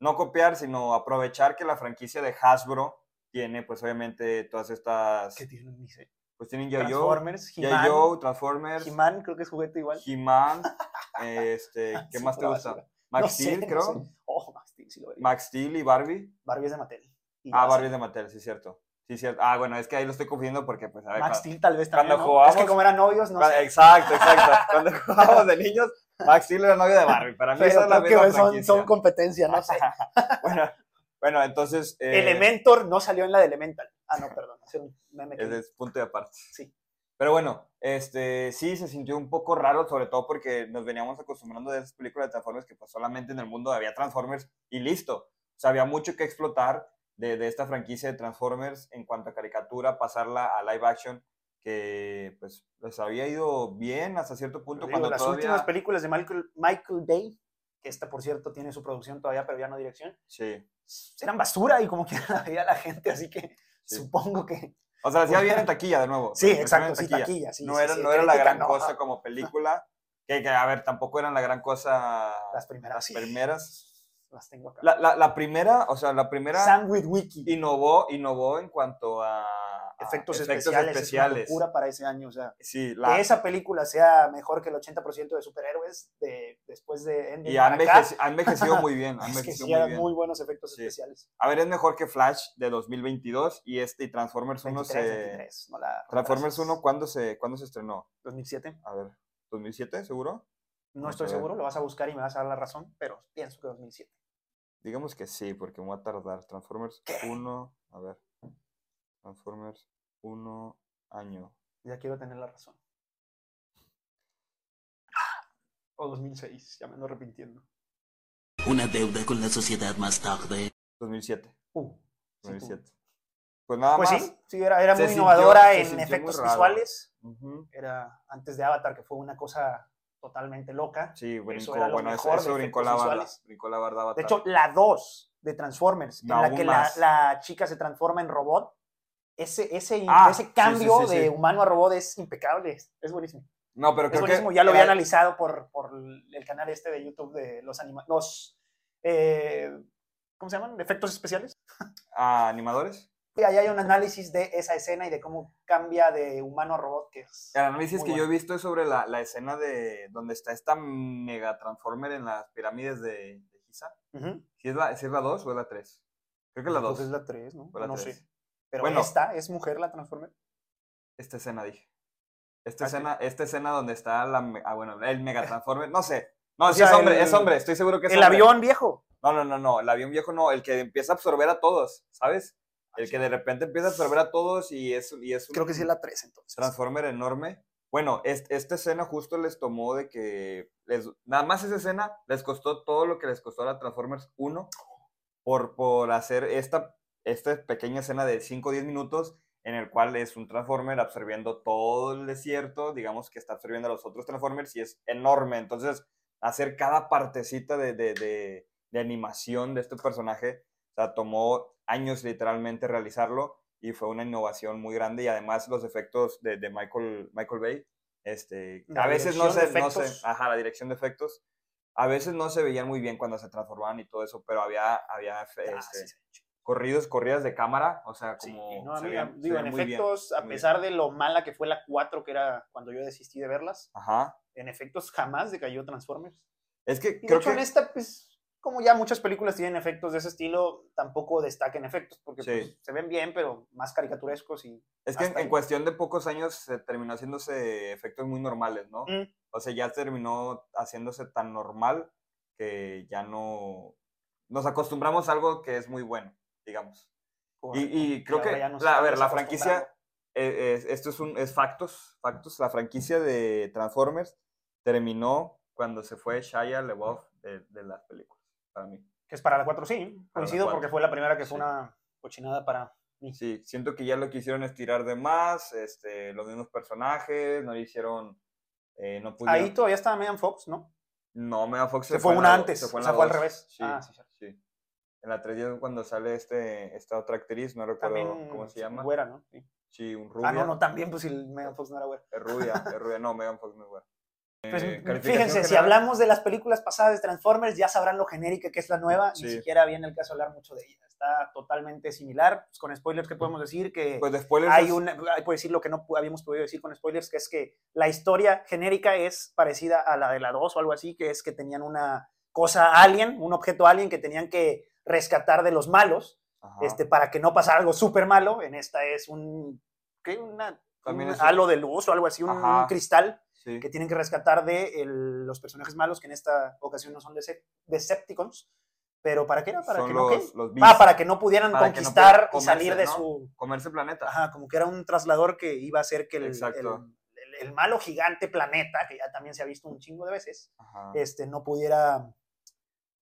[SPEAKER 1] No copiar, sino aprovechar que la franquicia de Hasbro tiene, pues obviamente, todas estas...
[SPEAKER 2] Que tiene un misil.
[SPEAKER 1] pues tienen Yo-Yo,
[SPEAKER 2] Transformers, He-Man,
[SPEAKER 1] Yo-Yo, Transformers,
[SPEAKER 2] He-Man, creo que es juguete igual. Ah,
[SPEAKER 1] He-Man, este, ¿qué
[SPEAKER 2] Sí,
[SPEAKER 1] más te
[SPEAKER 2] pura
[SPEAKER 1] gusta?
[SPEAKER 2] basura.
[SPEAKER 1] Max
[SPEAKER 2] No sé,
[SPEAKER 1] Steel,
[SPEAKER 2] no
[SPEAKER 1] creo.
[SPEAKER 2] sé. Oh, Max Steel, sí lo vería.
[SPEAKER 1] Max Steel y Barbie.
[SPEAKER 2] Barbie es de Mattel. Y
[SPEAKER 1] Ah,
[SPEAKER 2] ya,
[SPEAKER 1] Barbie es de Mattel, sí, cierto. Sí, cierto. Ah, bueno, es que ahí lo estoy confundiendo porque, pues, a ver.
[SPEAKER 2] Max
[SPEAKER 1] cuando-
[SPEAKER 2] Steel tal vez
[SPEAKER 1] cuando
[SPEAKER 2] también, ¿no?
[SPEAKER 1] jugábamos-
[SPEAKER 2] Es que como eran novios, no
[SPEAKER 1] cuando-
[SPEAKER 2] sé.
[SPEAKER 1] Exacto, exacto. Cuando jugábamos de niños, Max Steel era novio de Barbie. Para mí
[SPEAKER 2] Pero
[SPEAKER 1] esa es la
[SPEAKER 2] creo
[SPEAKER 1] misma
[SPEAKER 2] que son,
[SPEAKER 1] franquicia. Eh.
[SPEAKER 2] son competencia, no sé.
[SPEAKER 1] bueno, bueno, entonces. eh,
[SPEAKER 2] Elementor no salió en la de Elemental. Ah, no, perdón. Es un meme que-
[SPEAKER 1] Ese es punto de aparte.
[SPEAKER 2] Sí.
[SPEAKER 1] Pero bueno, este, sí se sintió un poco raro, sobre todo porque nos veníamos acostumbrando de esas películas de Transformers que pues solamente en el mundo había Transformers y listo. O sea, había mucho que explotar de, de esta franquicia de Transformers en cuanto a caricatura, pasarla a live action, que pues les había ido bien hasta cierto punto
[SPEAKER 2] Digo,
[SPEAKER 1] cuando
[SPEAKER 2] las
[SPEAKER 1] todavía...
[SPEAKER 2] últimas películas de Michael, Michael Bay, que esta por cierto tiene su producción todavía, pero ya no dirección,
[SPEAKER 1] Sí.
[SPEAKER 2] eran basura y como que la veía la gente, así que
[SPEAKER 1] Sí.
[SPEAKER 2] supongo que...
[SPEAKER 1] O sea, hacía bien en taquilla de nuevo.
[SPEAKER 2] Sí,
[SPEAKER 1] hacía bien en
[SPEAKER 2] exacto, sí, taquilla. sí,
[SPEAKER 1] no
[SPEAKER 2] sí,
[SPEAKER 1] era,
[SPEAKER 2] sí,
[SPEAKER 1] no era la
[SPEAKER 2] crítica,
[SPEAKER 1] gran
[SPEAKER 2] no.
[SPEAKER 1] cosa como película, que, que, a ver, tampoco eran la gran cosa
[SPEAKER 2] Las primeras, sí,
[SPEAKER 1] primeras.
[SPEAKER 2] las tengo acá.
[SPEAKER 1] La, la- la primera, o sea, la primera
[SPEAKER 2] Sandwich Wiki,
[SPEAKER 1] innovó, innovó en cuanto a a
[SPEAKER 2] efectos, especiales, es una locura para ese año, o sea...
[SPEAKER 1] Sí, la-
[SPEAKER 2] Que esa película sea mejor que el 80% de superhéroes de, después de Endgame
[SPEAKER 1] y ha
[SPEAKER 2] para acá,
[SPEAKER 1] envejeci- ha envejecido muy bien. ha
[SPEAKER 2] es que
[SPEAKER 1] envejecido
[SPEAKER 2] sí,
[SPEAKER 1] muy
[SPEAKER 2] eran
[SPEAKER 1] bien.
[SPEAKER 2] muy buenos efectos
[SPEAKER 1] Sí.
[SPEAKER 2] especiales.
[SPEAKER 1] A ver, es mejor que Flash de 2022 y este y Transformers 1
[SPEAKER 2] 23,
[SPEAKER 1] se...
[SPEAKER 2] 23, no la
[SPEAKER 1] Transformers
[SPEAKER 2] retrases.
[SPEAKER 1] 1, ¿cuándo se, ¿cuándo se estrenó?
[SPEAKER 2] 2007.
[SPEAKER 1] A ver, ¿2007 seguro?
[SPEAKER 2] No
[SPEAKER 1] Vamos
[SPEAKER 2] estoy
[SPEAKER 1] a ver.
[SPEAKER 2] seguro, lo vas a buscar y me vas a dar la razón, pero pienso que 2007.
[SPEAKER 1] Digamos que sí, porque me va a tardar. Transformers 1, a ver. Transformers 1, año.
[SPEAKER 2] Ya quiero tener la razón. O 2006, ya me ando arrepintiendo.
[SPEAKER 3] Una deuda con la sociedad más tarde.
[SPEAKER 1] 2007.
[SPEAKER 2] Uh, sí, tú.
[SPEAKER 1] 2007. Pues nada
[SPEAKER 2] Pues
[SPEAKER 1] más.
[SPEAKER 2] sí, sí, era, era
[SPEAKER 1] Se
[SPEAKER 2] muy
[SPEAKER 1] sintió-
[SPEAKER 2] innovadora
[SPEAKER 1] se
[SPEAKER 2] en
[SPEAKER 1] sintió muy
[SPEAKER 2] efectos
[SPEAKER 1] raro.
[SPEAKER 2] visuales.
[SPEAKER 1] Ujú.
[SPEAKER 2] Era antes de Avatar, que fue una cosa totalmente loca.
[SPEAKER 1] Sí, brincó,
[SPEAKER 2] era lo
[SPEAKER 1] bueno, eso,
[SPEAKER 2] mejor de
[SPEAKER 1] eso brincó la
[SPEAKER 2] efectos
[SPEAKER 1] barda.
[SPEAKER 2] visuales.
[SPEAKER 1] Brincó la barda
[SPEAKER 2] De
[SPEAKER 1] Avatar.
[SPEAKER 2] hecho, la 2 de Transformers,
[SPEAKER 1] No,
[SPEAKER 2] en la
[SPEAKER 1] aún
[SPEAKER 2] que la,
[SPEAKER 1] más.
[SPEAKER 2] la chica se transforma en robot, ese, ese,
[SPEAKER 1] Ah, sí,
[SPEAKER 2] ese
[SPEAKER 1] sí,
[SPEAKER 2] cambio
[SPEAKER 1] sí, sí.
[SPEAKER 2] de humano a robot es impecable, es, es buenísimo.
[SPEAKER 1] no, pero
[SPEAKER 2] Es
[SPEAKER 1] creo
[SPEAKER 2] buenísimo,
[SPEAKER 1] que
[SPEAKER 2] ya lo había
[SPEAKER 1] era-
[SPEAKER 2] analizado por, por el canal este de YouTube de los animales, los, eh, ¿cómo se llaman? Efectos especiales.
[SPEAKER 1] ah, animadores.
[SPEAKER 2] Y ahí hay un análisis de esa escena y de cómo cambia de humano a robot, que es...
[SPEAKER 1] El análisis
[SPEAKER 2] Muy
[SPEAKER 1] que yo
[SPEAKER 2] bueno.
[SPEAKER 1] he visto es sobre la, la escena de donde está esta mega transformer en las pirámides de, de Giza.
[SPEAKER 2] Ujú.
[SPEAKER 1] ¿Si es, la, si es la 2 o es la 3? Creo que es la
[SPEAKER 2] Pues
[SPEAKER 1] 2.
[SPEAKER 2] es la 3, ¿no?
[SPEAKER 1] Fue la
[SPEAKER 2] no
[SPEAKER 1] tres.
[SPEAKER 2] sé. Pero
[SPEAKER 1] Bueno.
[SPEAKER 2] esta es mujer la Transformer.
[SPEAKER 1] Esta escena dije. Esta
[SPEAKER 2] Ah, sí.
[SPEAKER 1] escena, esta escena donde está la me- ah, bueno, el mega transformer, no sé. No, sí
[SPEAKER 2] sea,
[SPEAKER 1] es hombre,
[SPEAKER 2] el-
[SPEAKER 1] es hombre, estoy seguro que es
[SPEAKER 2] El
[SPEAKER 1] hombre.
[SPEAKER 2] avión viejo.
[SPEAKER 1] No, no, no, no. El avión viejo no. El que empieza a absorber a todos, ¿sabes?
[SPEAKER 2] Ah,
[SPEAKER 1] El que de repente empieza a absorber a todos y es, y es un
[SPEAKER 2] Creo que sí es la 3 entonces.
[SPEAKER 1] Transformer enorme. Bueno, es- esta escena justo les tomó de que. Les, nada más esa escena les costó todo lo que les costó a la Transformers 1 por, por hacer esta, esta pequeña escena de 5 o 10 minutos en el cual es un Transformer absorbiendo todo el desierto, digamos que está absorbiendo a los otros Transformers y es enorme. Entonces, hacer cada partecita de, de- de- de animación de este personaje, o sea, tomó años literalmente realizarlo y fue una innovación muy grande y además los efectos de, de Michael, Michael Bay, este,
[SPEAKER 2] La
[SPEAKER 1] a veces no
[SPEAKER 2] dirección
[SPEAKER 1] se,
[SPEAKER 2] de
[SPEAKER 1] no se,
[SPEAKER 2] efectos.
[SPEAKER 1] ajá, la dirección de efectos, a veces no se veían muy bien cuando se transformaban y todo eso, pero había, había efe-
[SPEAKER 2] Ah,
[SPEAKER 1] este,
[SPEAKER 2] sí, sí.
[SPEAKER 1] corridos, corridas de cámara, o sea,
[SPEAKER 2] Sí,
[SPEAKER 1] como
[SPEAKER 2] no, a
[SPEAKER 1] se
[SPEAKER 2] mí,
[SPEAKER 1] veían-
[SPEAKER 2] a-
[SPEAKER 1] se
[SPEAKER 2] digo, en
[SPEAKER 1] veían muy bien,
[SPEAKER 2] efectos,
[SPEAKER 1] muy
[SPEAKER 2] a
[SPEAKER 1] bien.
[SPEAKER 2] pesar de lo mala que fue la 4, que era cuando yo desistí de verlas,
[SPEAKER 1] Ajá.
[SPEAKER 2] en efectos jamás decayó Transformers.
[SPEAKER 1] Es que
[SPEAKER 2] Y de
[SPEAKER 1] creo
[SPEAKER 2] hecho,
[SPEAKER 1] que
[SPEAKER 2] en esta, pues, como ya muchas películas tienen efectos de ese estilo, tampoco destaquen efectos, porque
[SPEAKER 1] Sí.
[SPEAKER 2] pues, se ven bien, pero más caricaturescos y...
[SPEAKER 1] Es que en,
[SPEAKER 2] Hasta
[SPEAKER 1] en
[SPEAKER 2] ahí.
[SPEAKER 1] cuestión de pocos años se terminó haciéndose efectos muy normales, ¿no?
[SPEAKER 2] Mm.
[SPEAKER 1] O sea, ya terminó haciéndose tan normal que ya no nos acostumbramos a algo que es muy bueno, digamos. Y, y creo que,
[SPEAKER 2] ahora ya nos
[SPEAKER 1] la- a ver,
[SPEAKER 2] estamos
[SPEAKER 1] la franquicia,
[SPEAKER 2] acostumbrando.
[SPEAKER 1] eh, es- esto es, un, es factos, factos, la franquicia de Transformers terminó cuando se fue Shia LaBeouf de, de las películas, para mí.
[SPEAKER 2] Que es para la 4, sí.
[SPEAKER 1] Para la
[SPEAKER 2] Coincido porque
[SPEAKER 1] cuatro.
[SPEAKER 2] fue la primera que fue
[SPEAKER 1] Sí.
[SPEAKER 2] una cochinada para mí.
[SPEAKER 1] Sí, siento que ya lo quisieron estirar de más, este, los mismos personajes, no le hicieron, eh, no pudieron.
[SPEAKER 2] Ahí todavía estaba Megan Fox, ¿no?
[SPEAKER 1] No, Mega Fox
[SPEAKER 2] Se fue una
[SPEAKER 1] do-
[SPEAKER 2] antes,
[SPEAKER 1] en
[SPEAKER 2] o
[SPEAKER 1] la
[SPEAKER 2] sea, fue al
[SPEAKER 1] dos,
[SPEAKER 2] revés.
[SPEAKER 1] Sí,
[SPEAKER 2] Ah, sí, sí.
[SPEAKER 1] sí. En la 3 es cuando sale este, esta otra actriz, no recuerdo
[SPEAKER 2] También...
[SPEAKER 1] cómo se llama.
[SPEAKER 2] Güera, ¿no? Sí.
[SPEAKER 1] Sí, un rubia.
[SPEAKER 2] Ah, no, no, también, pues si el Megan Fox no era güera.
[SPEAKER 1] Es rubia, es rubia. No, Megan Fox no es buena.
[SPEAKER 2] Pues,
[SPEAKER 1] Eh, calificación
[SPEAKER 2] fíjense, si
[SPEAKER 1] general,
[SPEAKER 2] hablamos de las películas pasadas de Transformers, ya sabrán lo genérica que es la nueva.
[SPEAKER 1] Sí.
[SPEAKER 2] Ni siquiera viene el caso hablar mucho de ella. Está está totalmente similar. Pues con spoilers, ¿qué podemos decir? Que
[SPEAKER 1] Pues de spoilers.
[SPEAKER 2] hay
[SPEAKER 1] es-
[SPEAKER 2] una, hay por decir lo que no pu- habíamos podido decir con spoilers, que es que la historia genérica es parecida a la de la 2 o algo así, que es que tenían una cosa alien, un objeto alien que tenían que rescatar de los malos,
[SPEAKER 1] Ajá.
[SPEAKER 2] este, para que no pasara algo súper malo. En esta es un, ¿qué? Una,
[SPEAKER 1] También
[SPEAKER 2] un
[SPEAKER 1] es-
[SPEAKER 2] halo de luz o algo así, un, un
[SPEAKER 1] Ajá.
[SPEAKER 2] cristal
[SPEAKER 1] Sí.
[SPEAKER 2] que tienen que rescatar de el- los personajes malos, que en esta ocasión no son Decep- Decepticons. ¿Pero para qué era? ¿Para
[SPEAKER 1] Son
[SPEAKER 2] que no qué?
[SPEAKER 1] los, los
[SPEAKER 2] Ah,
[SPEAKER 1] Beasts.
[SPEAKER 2] para que no pudieran
[SPEAKER 1] Para que no
[SPEAKER 2] conquistar
[SPEAKER 1] pudieran
[SPEAKER 2] y salir de
[SPEAKER 1] comerse, ¿no?
[SPEAKER 2] su...
[SPEAKER 1] comerse el planeta.
[SPEAKER 2] Ajá, como que era un traslador que iba a hacer que el,
[SPEAKER 1] Exacto.
[SPEAKER 2] el- el- el malo gigante planeta, que ya también se ha visto un chingo de veces,
[SPEAKER 1] Ajá.
[SPEAKER 2] este, no pudiera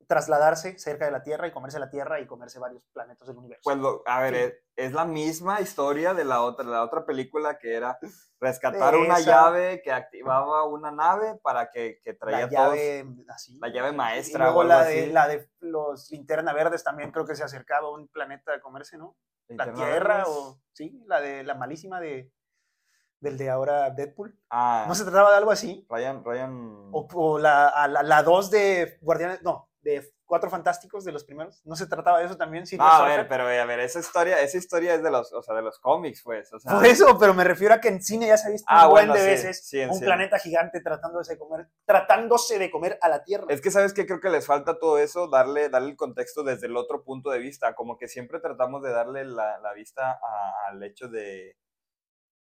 [SPEAKER 2] trasladarse cerca de la Tierra y comerse la Tierra y comerse varios planetas del universo.
[SPEAKER 1] Pues lo- a ver,
[SPEAKER 2] Sí.
[SPEAKER 1] es, es la misma historia de la otra, la otra película que era rescatar
[SPEAKER 2] De
[SPEAKER 1] una
[SPEAKER 2] esa.
[SPEAKER 1] llave que activaba una nave para que, que traía
[SPEAKER 2] la
[SPEAKER 1] todos.
[SPEAKER 2] llave, así.
[SPEAKER 1] la llave
[SPEAKER 2] Y
[SPEAKER 1] maestra
[SPEAKER 2] luego
[SPEAKER 1] o algo
[SPEAKER 2] la de,
[SPEAKER 1] así.
[SPEAKER 2] la de los linterna verdes también creo que se acercaba a un planeta a comerse, ¿no? La
[SPEAKER 1] Linterna
[SPEAKER 2] Tierra
[SPEAKER 1] Verde.
[SPEAKER 2] o... Sí, la de la malísima de del de ahora Deadpool.
[SPEAKER 1] Ah,
[SPEAKER 2] ¿No se trataba de algo así?
[SPEAKER 1] Ryan, Ryan.
[SPEAKER 2] O, o la, a la, 2 de Guardianes, no, de Cuatro Fantásticos de los primeros. ¿No se trataba de eso también? Silver
[SPEAKER 1] No, Ah, a
[SPEAKER 2] Surfer?
[SPEAKER 1] ver, pero eh, a ver, esa historia, esa historia es de los, o sea, de los cómics, pues. O sea,
[SPEAKER 2] Por eso, pero me refiero a que en cine ya se ha visto
[SPEAKER 1] Ah,
[SPEAKER 2] un buen
[SPEAKER 1] bueno,
[SPEAKER 2] de
[SPEAKER 1] sí,
[SPEAKER 2] veces
[SPEAKER 1] sí, en
[SPEAKER 2] un
[SPEAKER 1] cine.
[SPEAKER 2] planeta gigante tratándose de comer, tratándose de comer a la Tierra.
[SPEAKER 1] Es que sabes que creo que les falta todo eso, darle, darle el contexto desde el otro punto de vista, como que siempre tratamos de darle la, la vista a- al hecho de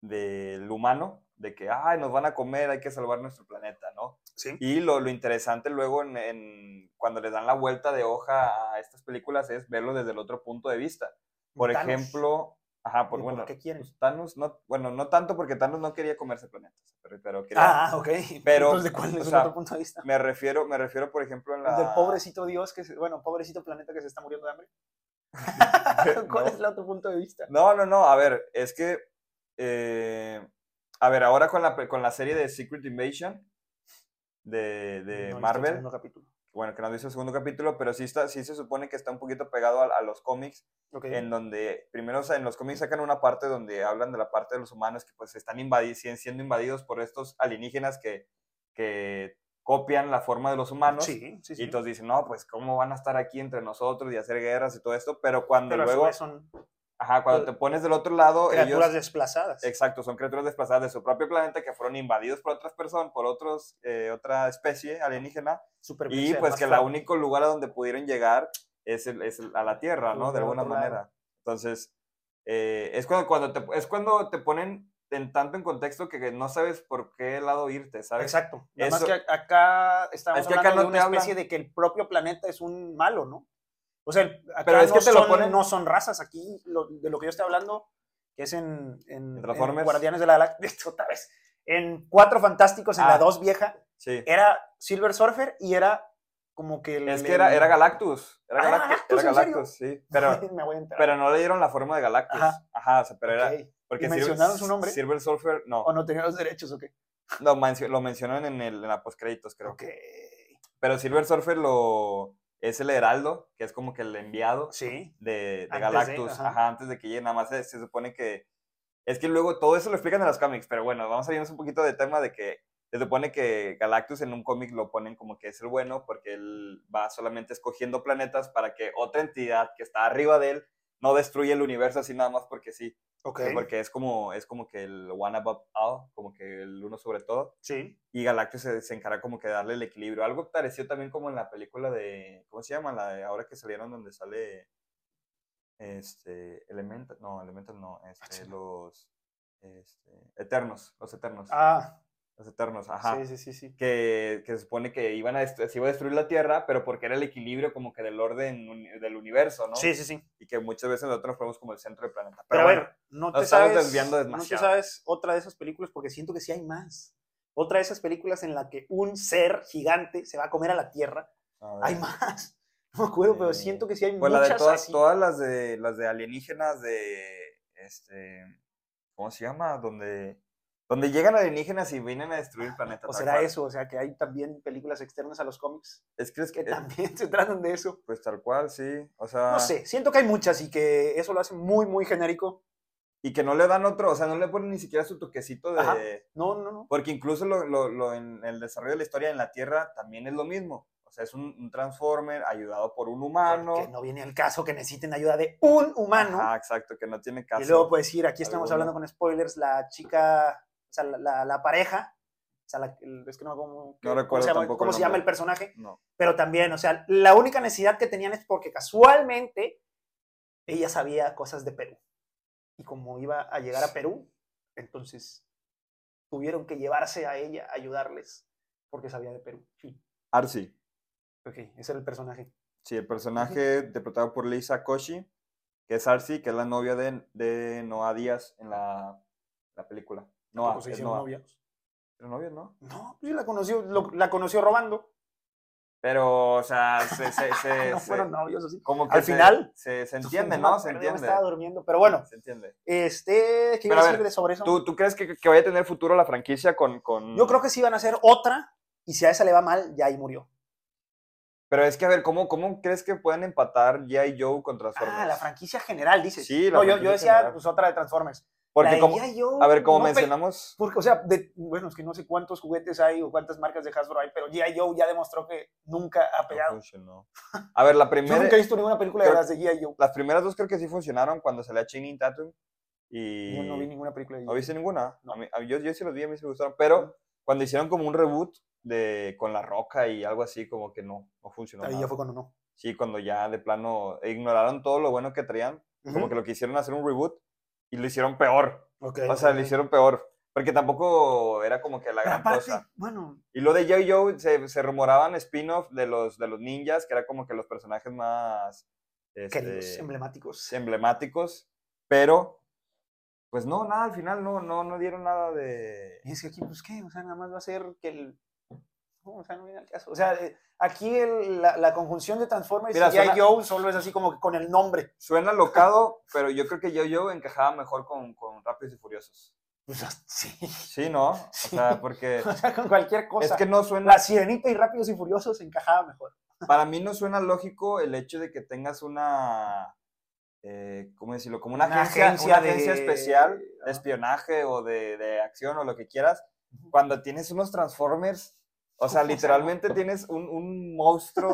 [SPEAKER 1] del humano, de que, ay, nos van a comer, hay que salvar nuestro planeta, ¿no?
[SPEAKER 2] Sí.
[SPEAKER 1] Y lo, lo interesante luego en, en- cuando les dan la vuelta de hoja a estas películas es verlo desde el otro punto de vista. Por
[SPEAKER 2] Thanos.
[SPEAKER 1] ejemplo, ajá, por
[SPEAKER 2] ¿Y
[SPEAKER 1] bueno,
[SPEAKER 2] qué quieren?
[SPEAKER 1] pues, Thanos, no, bueno, no tanto porque Thanos no quería comerse planetas, pero, pero quería-
[SPEAKER 2] Ah, ok.
[SPEAKER 1] Pero,
[SPEAKER 2] Entonces, ¿de cuál
[SPEAKER 1] o
[SPEAKER 2] es
[SPEAKER 1] sea, ah.
[SPEAKER 2] otro punto de vista?
[SPEAKER 1] Me refiero, me refiero, por ejemplo, en la...
[SPEAKER 2] El del pobrecito Dios, que se- bueno, pobrecito planeta que se está muriendo de hambre. ¿Cuál
[SPEAKER 1] No.
[SPEAKER 2] es el otro punto de vista?
[SPEAKER 1] No, no, no. A ver, es que. eh, a ver, ahora con la, pe- con la serie de Secret Invasion de,
[SPEAKER 2] No he
[SPEAKER 1] de
[SPEAKER 2] visto el
[SPEAKER 1] Marvel.
[SPEAKER 2] segundo capítulo.
[SPEAKER 1] Bueno, que no visto el segundo capítulo, pero sí, está, sí se supone que está un poquito pegado a, a los cómics.
[SPEAKER 2] Ok.
[SPEAKER 1] En donde. Primero, o sea, en los cómics sacan una parte donde hablan de la parte de los humanos que pues están invadi- sien- siendo invadidos por estos alienígenas que, que copian la forma de los humanos.
[SPEAKER 2] sí, sí, sí.
[SPEAKER 1] Y todos dicen, no, pues, ¿cómo van a estar aquí entre nosotros y hacer guerras y todo esto? Pero cuando
[SPEAKER 2] Pero a su
[SPEAKER 1] luego,
[SPEAKER 2] vez son
[SPEAKER 1] ajá, cuando te pones del otro lado, ellos,
[SPEAKER 2] criaturas desplazadas.
[SPEAKER 1] Exacto, son criaturas desplazadas de su propio planeta que fueron invadidos por otras personas, por otros, eh, otra especie alienígena. Y
[SPEAKER 2] Supervivencia,
[SPEAKER 1] pues
[SPEAKER 2] más
[SPEAKER 1] que el
[SPEAKER 2] fuerte.
[SPEAKER 1] único lugar a donde pudieron llegar es, el- es el- a la Tierra, ¿no? De
[SPEAKER 2] Del
[SPEAKER 1] alguna
[SPEAKER 2] otro lado.
[SPEAKER 1] manera. Entonces, eh, es, cuando, cuando te, es cuando te ponen en tanto en contexto que, que no sabes por qué lado irte, ¿sabes?
[SPEAKER 2] Exacto. Nada más
[SPEAKER 1] Eso-
[SPEAKER 2] que ac- acá estamos
[SPEAKER 1] Es que acá
[SPEAKER 2] hablando
[SPEAKER 1] no
[SPEAKER 2] de una
[SPEAKER 1] te hablan.
[SPEAKER 2] especie de que el propio planeta es un malo, ¿no? O sea, el- acá
[SPEAKER 1] Pero es
[SPEAKER 2] no,
[SPEAKER 1] que te lo
[SPEAKER 2] son,
[SPEAKER 1] ponen-
[SPEAKER 2] no son razas. Aquí lo- de lo que yo estoy hablando, que es en, en,
[SPEAKER 1] En Transformers.
[SPEAKER 2] en Guardianes de la Galaxia, otra vez. En Cuatro Fantásticos, en la
[SPEAKER 1] Ah.
[SPEAKER 2] dos vieja,
[SPEAKER 1] Sí.
[SPEAKER 2] era Silver Surfer y era como que... el-
[SPEAKER 1] Es que era,
[SPEAKER 2] el-
[SPEAKER 1] era Galactus. Era
[SPEAKER 2] Ah,
[SPEAKER 1] Galactus,
[SPEAKER 2] Galactus,
[SPEAKER 1] era
[SPEAKER 2] ¿en serio?
[SPEAKER 1] Galactus, sí. Pero,
[SPEAKER 2] Me voy a enterar.
[SPEAKER 1] pero no le dieron la forma de Galactus.
[SPEAKER 2] Ajá.
[SPEAKER 1] Ajá, o sea, pero era...
[SPEAKER 2] Ok.
[SPEAKER 1] Porque
[SPEAKER 2] ¿Y
[SPEAKER 1] Silver-
[SPEAKER 2] mencionaron su nombre?
[SPEAKER 1] Silver Surfer, no.
[SPEAKER 2] O no tenían los derechos, ¿o qué?
[SPEAKER 1] Lo, mencio- lo mencionaron en, el, en la postcréditos, creo.
[SPEAKER 2] Ok.
[SPEAKER 1] Pero Silver Surfer lo, es el heraldo, que es como que el enviado
[SPEAKER 2] Sí.
[SPEAKER 1] de, de
[SPEAKER 2] Antes de,
[SPEAKER 1] Galactus.
[SPEAKER 2] ajá.
[SPEAKER 1] ajá. antes de que llegue, nada más se, se supone que... Es que luego todo eso lo explican en los cómics, pero bueno, vamos a irnos un poquito de tema de que se supone que Galactus en un cómic lo ponen como que es el bueno porque él va solamente escogiendo planetas para que otra entidad que está arriba de él no destruya el universo así nada más porque sí.
[SPEAKER 2] Ok.
[SPEAKER 1] Porque es como, es como que el one above all, como que el uno sobre todo
[SPEAKER 2] Sí.
[SPEAKER 1] y Galactus se, se encarga como que de darle el equilibrio. Algo pareció también como en la película de, ¿cómo se llama? La de ahora que salieron donde sale este Elemental, no, Elemental no, este,
[SPEAKER 2] chinga.
[SPEAKER 1] los este, Eternos, los Eternos,
[SPEAKER 2] Ah,
[SPEAKER 1] los Eternos, ajá.
[SPEAKER 2] sí, sí, sí, sí.
[SPEAKER 1] Que, que se supone que iban a dest- se iba a destruir la Tierra, pero porque era el equilibrio como que del orden uni- del universo, ¿no?
[SPEAKER 2] Sí, sí, sí.
[SPEAKER 1] Y que muchas veces nosotros fuimos como el centro del planeta.
[SPEAKER 2] Pero, a
[SPEAKER 1] bueno,
[SPEAKER 2] ver, no
[SPEAKER 1] nos
[SPEAKER 2] te
[SPEAKER 1] estamos
[SPEAKER 2] sabes.
[SPEAKER 1] desviando
[SPEAKER 2] No te
[SPEAKER 1] demasiado.
[SPEAKER 2] sabes otra de esas películas porque siento que sí hay más. Otra de esas películas en la que un ser gigante se va a comer a la Tierra.
[SPEAKER 1] a ver.
[SPEAKER 2] Hay más. No me acuerdo, pero
[SPEAKER 1] Eh,
[SPEAKER 2] siento que sí hay
[SPEAKER 1] Pues la
[SPEAKER 2] muchas.
[SPEAKER 1] de todas,
[SPEAKER 2] así.
[SPEAKER 1] todas las de las de alienígenas de este ¿cómo se llama? donde donde llegan alienígenas y vienen a destruir el planeta.
[SPEAKER 2] o
[SPEAKER 1] tal
[SPEAKER 2] será
[SPEAKER 1] cual.
[SPEAKER 2] eso, o sea, que hay también películas externas a los cómics
[SPEAKER 1] Es que es
[SPEAKER 2] que
[SPEAKER 1] que
[SPEAKER 2] también se tratan de eso.
[SPEAKER 1] pues tal cual, sí. O sea,
[SPEAKER 2] No sé, siento que hay muchas y que eso lo hace muy, muy genérico.
[SPEAKER 1] y que no le dan otro, o sea, no le ponen ni siquiera su toquecito de
[SPEAKER 2] Ajá. No, no, no.
[SPEAKER 1] porque incluso lo, lo- lo en el desarrollo de la historia en la Tierra también es lo mismo. O O sea, es un, un Transformer ayudado por un
[SPEAKER 2] Que
[SPEAKER 1] humano.
[SPEAKER 2] no viene al caso que necesiten ayuda de un humano.
[SPEAKER 1] Ah, exacto, que no tiene caso.
[SPEAKER 2] Y luego pues, puedes ir, aquí estamos
[SPEAKER 1] alguno.
[SPEAKER 2] hablando con spoilers, la chica, o sea, la, la- la pareja, o sea, la- el- es que no, como,
[SPEAKER 1] No recuerdo
[SPEAKER 2] se llama,
[SPEAKER 1] tampoco el
[SPEAKER 2] cómo se llama
[SPEAKER 1] nombre.
[SPEAKER 2] el personaje,
[SPEAKER 1] No.
[SPEAKER 2] pero también, o sea, la única necesidad que tenían es porque casualmente ella sabía cosas de Perú. Y como iba a llegar a Perú, entonces tuvieron que llevarse a ella, a ayudarles, porque sabía de Perú. Sí.
[SPEAKER 1] Arsi.
[SPEAKER 2] Ok, ese era el personaje.
[SPEAKER 1] Sí, el personaje interpretado por Lisa Koshi, que es Arsi, que es la novia de, de Noah Díaz en la, la película. Noah,
[SPEAKER 2] Pues se
[SPEAKER 1] es
[SPEAKER 2] hicieron
[SPEAKER 1] Noah.
[SPEAKER 2] novios.
[SPEAKER 1] Pero novia, ¿no?
[SPEAKER 2] No, pues, sí la conoció, lo- la conoció robando.
[SPEAKER 1] Pero, o sea, se... se, se-
[SPEAKER 2] no
[SPEAKER 1] se-
[SPEAKER 2] fueron novios así.
[SPEAKER 1] como que
[SPEAKER 2] Al
[SPEAKER 1] se-
[SPEAKER 2] final.
[SPEAKER 1] Se, se entiende,
[SPEAKER 2] me
[SPEAKER 1] ¿no? Se
[SPEAKER 2] acuerdo, yo me
[SPEAKER 1] entiende.
[SPEAKER 2] Estaba durmiendo, pero bueno,
[SPEAKER 1] Se entiende.
[SPEAKER 2] este, ¿qué
[SPEAKER 1] Pero
[SPEAKER 2] iba
[SPEAKER 1] a
[SPEAKER 2] a
[SPEAKER 1] ver,
[SPEAKER 2] decir de sobre eso?
[SPEAKER 1] ¿Tú, tú crees que, que vaya a tener futuro la franquicia con, con...?
[SPEAKER 2] Yo creo que sí van a hacer otra y si a esa le va mal, ya ahí murió.
[SPEAKER 1] Pero es que, a ver, ¿cómo, cómo crees que pueden empatar G.I. Joe con Transformers?
[SPEAKER 2] Ah, la franquicia general, dices.
[SPEAKER 1] Sí, la
[SPEAKER 2] no, yo,
[SPEAKER 1] franquicia
[SPEAKER 2] yo decía,
[SPEAKER 1] general.
[SPEAKER 2] pues otra de Transformers. La
[SPEAKER 1] Porque,
[SPEAKER 2] de
[SPEAKER 1] como,
[SPEAKER 2] G.I. Joe,
[SPEAKER 1] a ver, como
[SPEAKER 2] no pe-
[SPEAKER 1] mencionamos...
[SPEAKER 2] Porque, o sea, de- bueno, es que no sé cuántos juguetes hay o cuántas marcas de Hasbro hay, pero G.I. Joe ya demostró que nunca ha
[SPEAKER 1] no
[SPEAKER 2] pegado.
[SPEAKER 1] funcionó. A ver, la
[SPEAKER 2] Yo
[SPEAKER 1] primera...
[SPEAKER 2] nunca he visto ninguna película de
[SPEAKER 1] creo-
[SPEAKER 2] las de G.I. Joe.
[SPEAKER 1] Las primeras dos creo que sí funcionaron cuando salía Chinin Tatum. Y...
[SPEAKER 2] Yo no vi ninguna película de
[SPEAKER 1] ¿No
[SPEAKER 2] G.I.
[SPEAKER 1] viste ninguna?
[SPEAKER 2] No.
[SPEAKER 1] A mí- a mí- yo, yo sí los vi, a mí sí me gustaron. Pero cuando hicieron como un reboot de, con La Roca y algo así, como que no, no funcionó.
[SPEAKER 2] Joe. Ahí
[SPEAKER 1] nada.
[SPEAKER 2] ya fue cuando no.
[SPEAKER 1] Sí, cuando ya de plano ignoraron todo lo bueno que traían, como
[SPEAKER 2] Ujú.
[SPEAKER 1] que lo quisieron hacer un reboot y lo hicieron peor.
[SPEAKER 2] Ok,
[SPEAKER 1] O
[SPEAKER 2] ok,
[SPEAKER 1] sea, lo
[SPEAKER 2] ok.
[SPEAKER 1] hicieron peor. Porque tampoco era como que la
[SPEAKER 2] Pero
[SPEAKER 1] gran
[SPEAKER 2] aparte,
[SPEAKER 1] cosa.
[SPEAKER 2] bueno,
[SPEAKER 1] Y lo de Joe Joe, se, se rumoraban spin-off de los, de los ninjas, que era como que los personajes más
[SPEAKER 2] queridos,
[SPEAKER 1] este,
[SPEAKER 2] emblemáticos.
[SPEAKER 1] emblemáticos, pero pues no, nada, al final no, no, no dieron nada de...
[SPEAKER 2] Y es que aquí, pues, ¿qué? O sea, nada más va a ser que el... no, o sea, no viene al caso. O sea, eh, aquí el- la, la conjunción de Transformers
[SPEAKER 1] Mira,
[SPEAKER 2] y G.I.
[SPEAKER 1] suena-
[SPEAKER 2] Joe solo es así como que con el nombre.
[SPEAKER 1] Suena locado, pero yo creo que Yo-Yo encajaba mejor con, con Rápidos y Furiosos.
[SPEAKER 2] Pues, as- sí.
[SPEAKER 1] Sí, ¿no? O sea, porque
[SPEAKER 2] O sea, con cualquier cosa.
[SPEAKER 1] es que no suena,
[SPEAKER 2] La Sirenita y Rápidos y Furiosos encajaba mejor.
[SPEAKER 1] para mí no suena lógico el hecho de que tengas una, eh, ¿cómo decirlo? Como una,
[SPEAKER 2] Una
[SPEAKER 1] agencia,
[SPEAKER 2] agencia
[SPEAKER 1] una agencia
[SPEAKER 2] de-
[SPEAKER 1] especial de
[SPEAKER 2] ajá.
[SPEAKER 1] espionaje o de, de acción o lo que quieras, cuando tienes unos Transformers, o sea,
[SPEAKER 2] O sea, no.
[SPEAKER 1] literalmente tienes un, un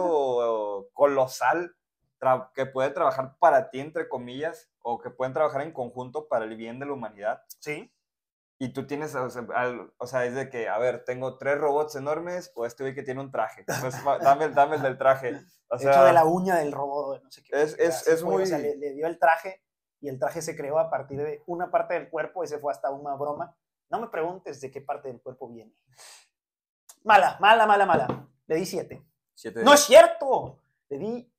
[SPEAKER 1] monstruo colosal tra- que puede trabajar para ti, entre comillas, o que pueden trabajar en conjunto para el bien de la humanidad.
[SPEAKER 2] Sí.
[SPEAKER 1] Y tú tienes, o sea, al- o sea, es de que, a ver, tengo tres robots enormes o este güey que tiene un traje. Pues, va- dame, el- dame el del traje. O sea,
[SPEAKER 2] Hecho de la uña del robot, de no sé qué.
[SPEAKER 1] es-
[SPEAKER 2] o sea,
[SPEAKER 1] es-
[SPEAKER 2] se
[SPEAKER 1] es
[SPEAKER 2] fue, O sea,
[SPEAKER 1] muy-
[SPEAKER 2] le, le dio el traje y el traje se creó a partir de una parte del cuerpo y se fue hasta una broma. No me preguntes de qué parte del cuerpo viene. Mala, mala, mala, mala. Le di siete.
[SPEAKER 1] siete
[SPEAKER 2] ¡No
[SPEAKER 1] de-
[SPEAKER 2] es cierto! Le di.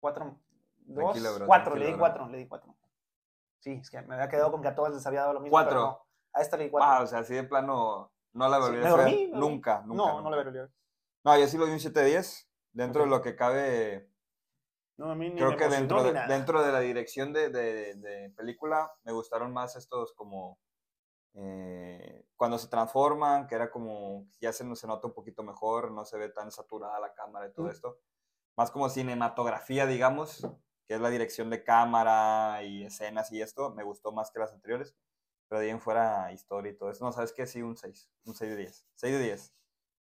[SPEAKER 2] Cuatro. Dos,
[SPEAKER 1] Tranquilo, bro,
[SPEAKER 2] cuatro, le
[SPEAKER 1] tranquilo,
[SPEAKER 2] di
[SPEAKER 1] bro.
[SPEAKER 2] cuatro, le di cuatro. Sí, es que me había quedado con que a todas les había dado lo mismo.
[SPEAKER 1] Cuatro.
[SPEAKER 2] pero no. A esta le di cuatro.
[SPEAKER 1] Ah, o sea, así de plano, no la
[SPEAKER 2] Sí,
[SPEAKER 1] volvería
[SPEAKER 2] me
[SPEAKER 1] a hacer
[SPEAKER 2] dormí, me dormí.
[SPEAKER 1] nunca, nunca.
[SPEAKER 2] no, no
[SPEAKER 1] nunca.
[SPEAKER 2] le vería.
[SPEAKER 1] No, yo sí lo vi un 7-10, dentro
[SPEAKER 2] Ok.
[SPEAKER 1] de lo que cabe
[SPEAKER 2] No, a mí ni
[SPEAKER 1] creo
[SPEAKER 2] me
[SPEAKER 1] que
[SPEAKER 2] emocionó
[SPEAKER 1] dentro
[SPEAKER 2] ni
[SPEAKER 1] de,
[SPEAKER 2] nada.
[SPEAKER 1] dentro de la dirección de, de- de película me gustaron más estos como eh, cuando se transforman, que era como ya se, se nota un poquito mejor, no se ve tan saturada la cámara y todo
[SPEAKER 2] Ujú.
[SPEAKER 1] esto. Más como cinematografía, digamos, que es la dirección de cámara y escenas y esto, me gustó más que las anteriores. Pero de ahí en fuera historia y todo eso. No, ¿sabes qué? Sí, un 6. Un 6 de 10. 6 de 10.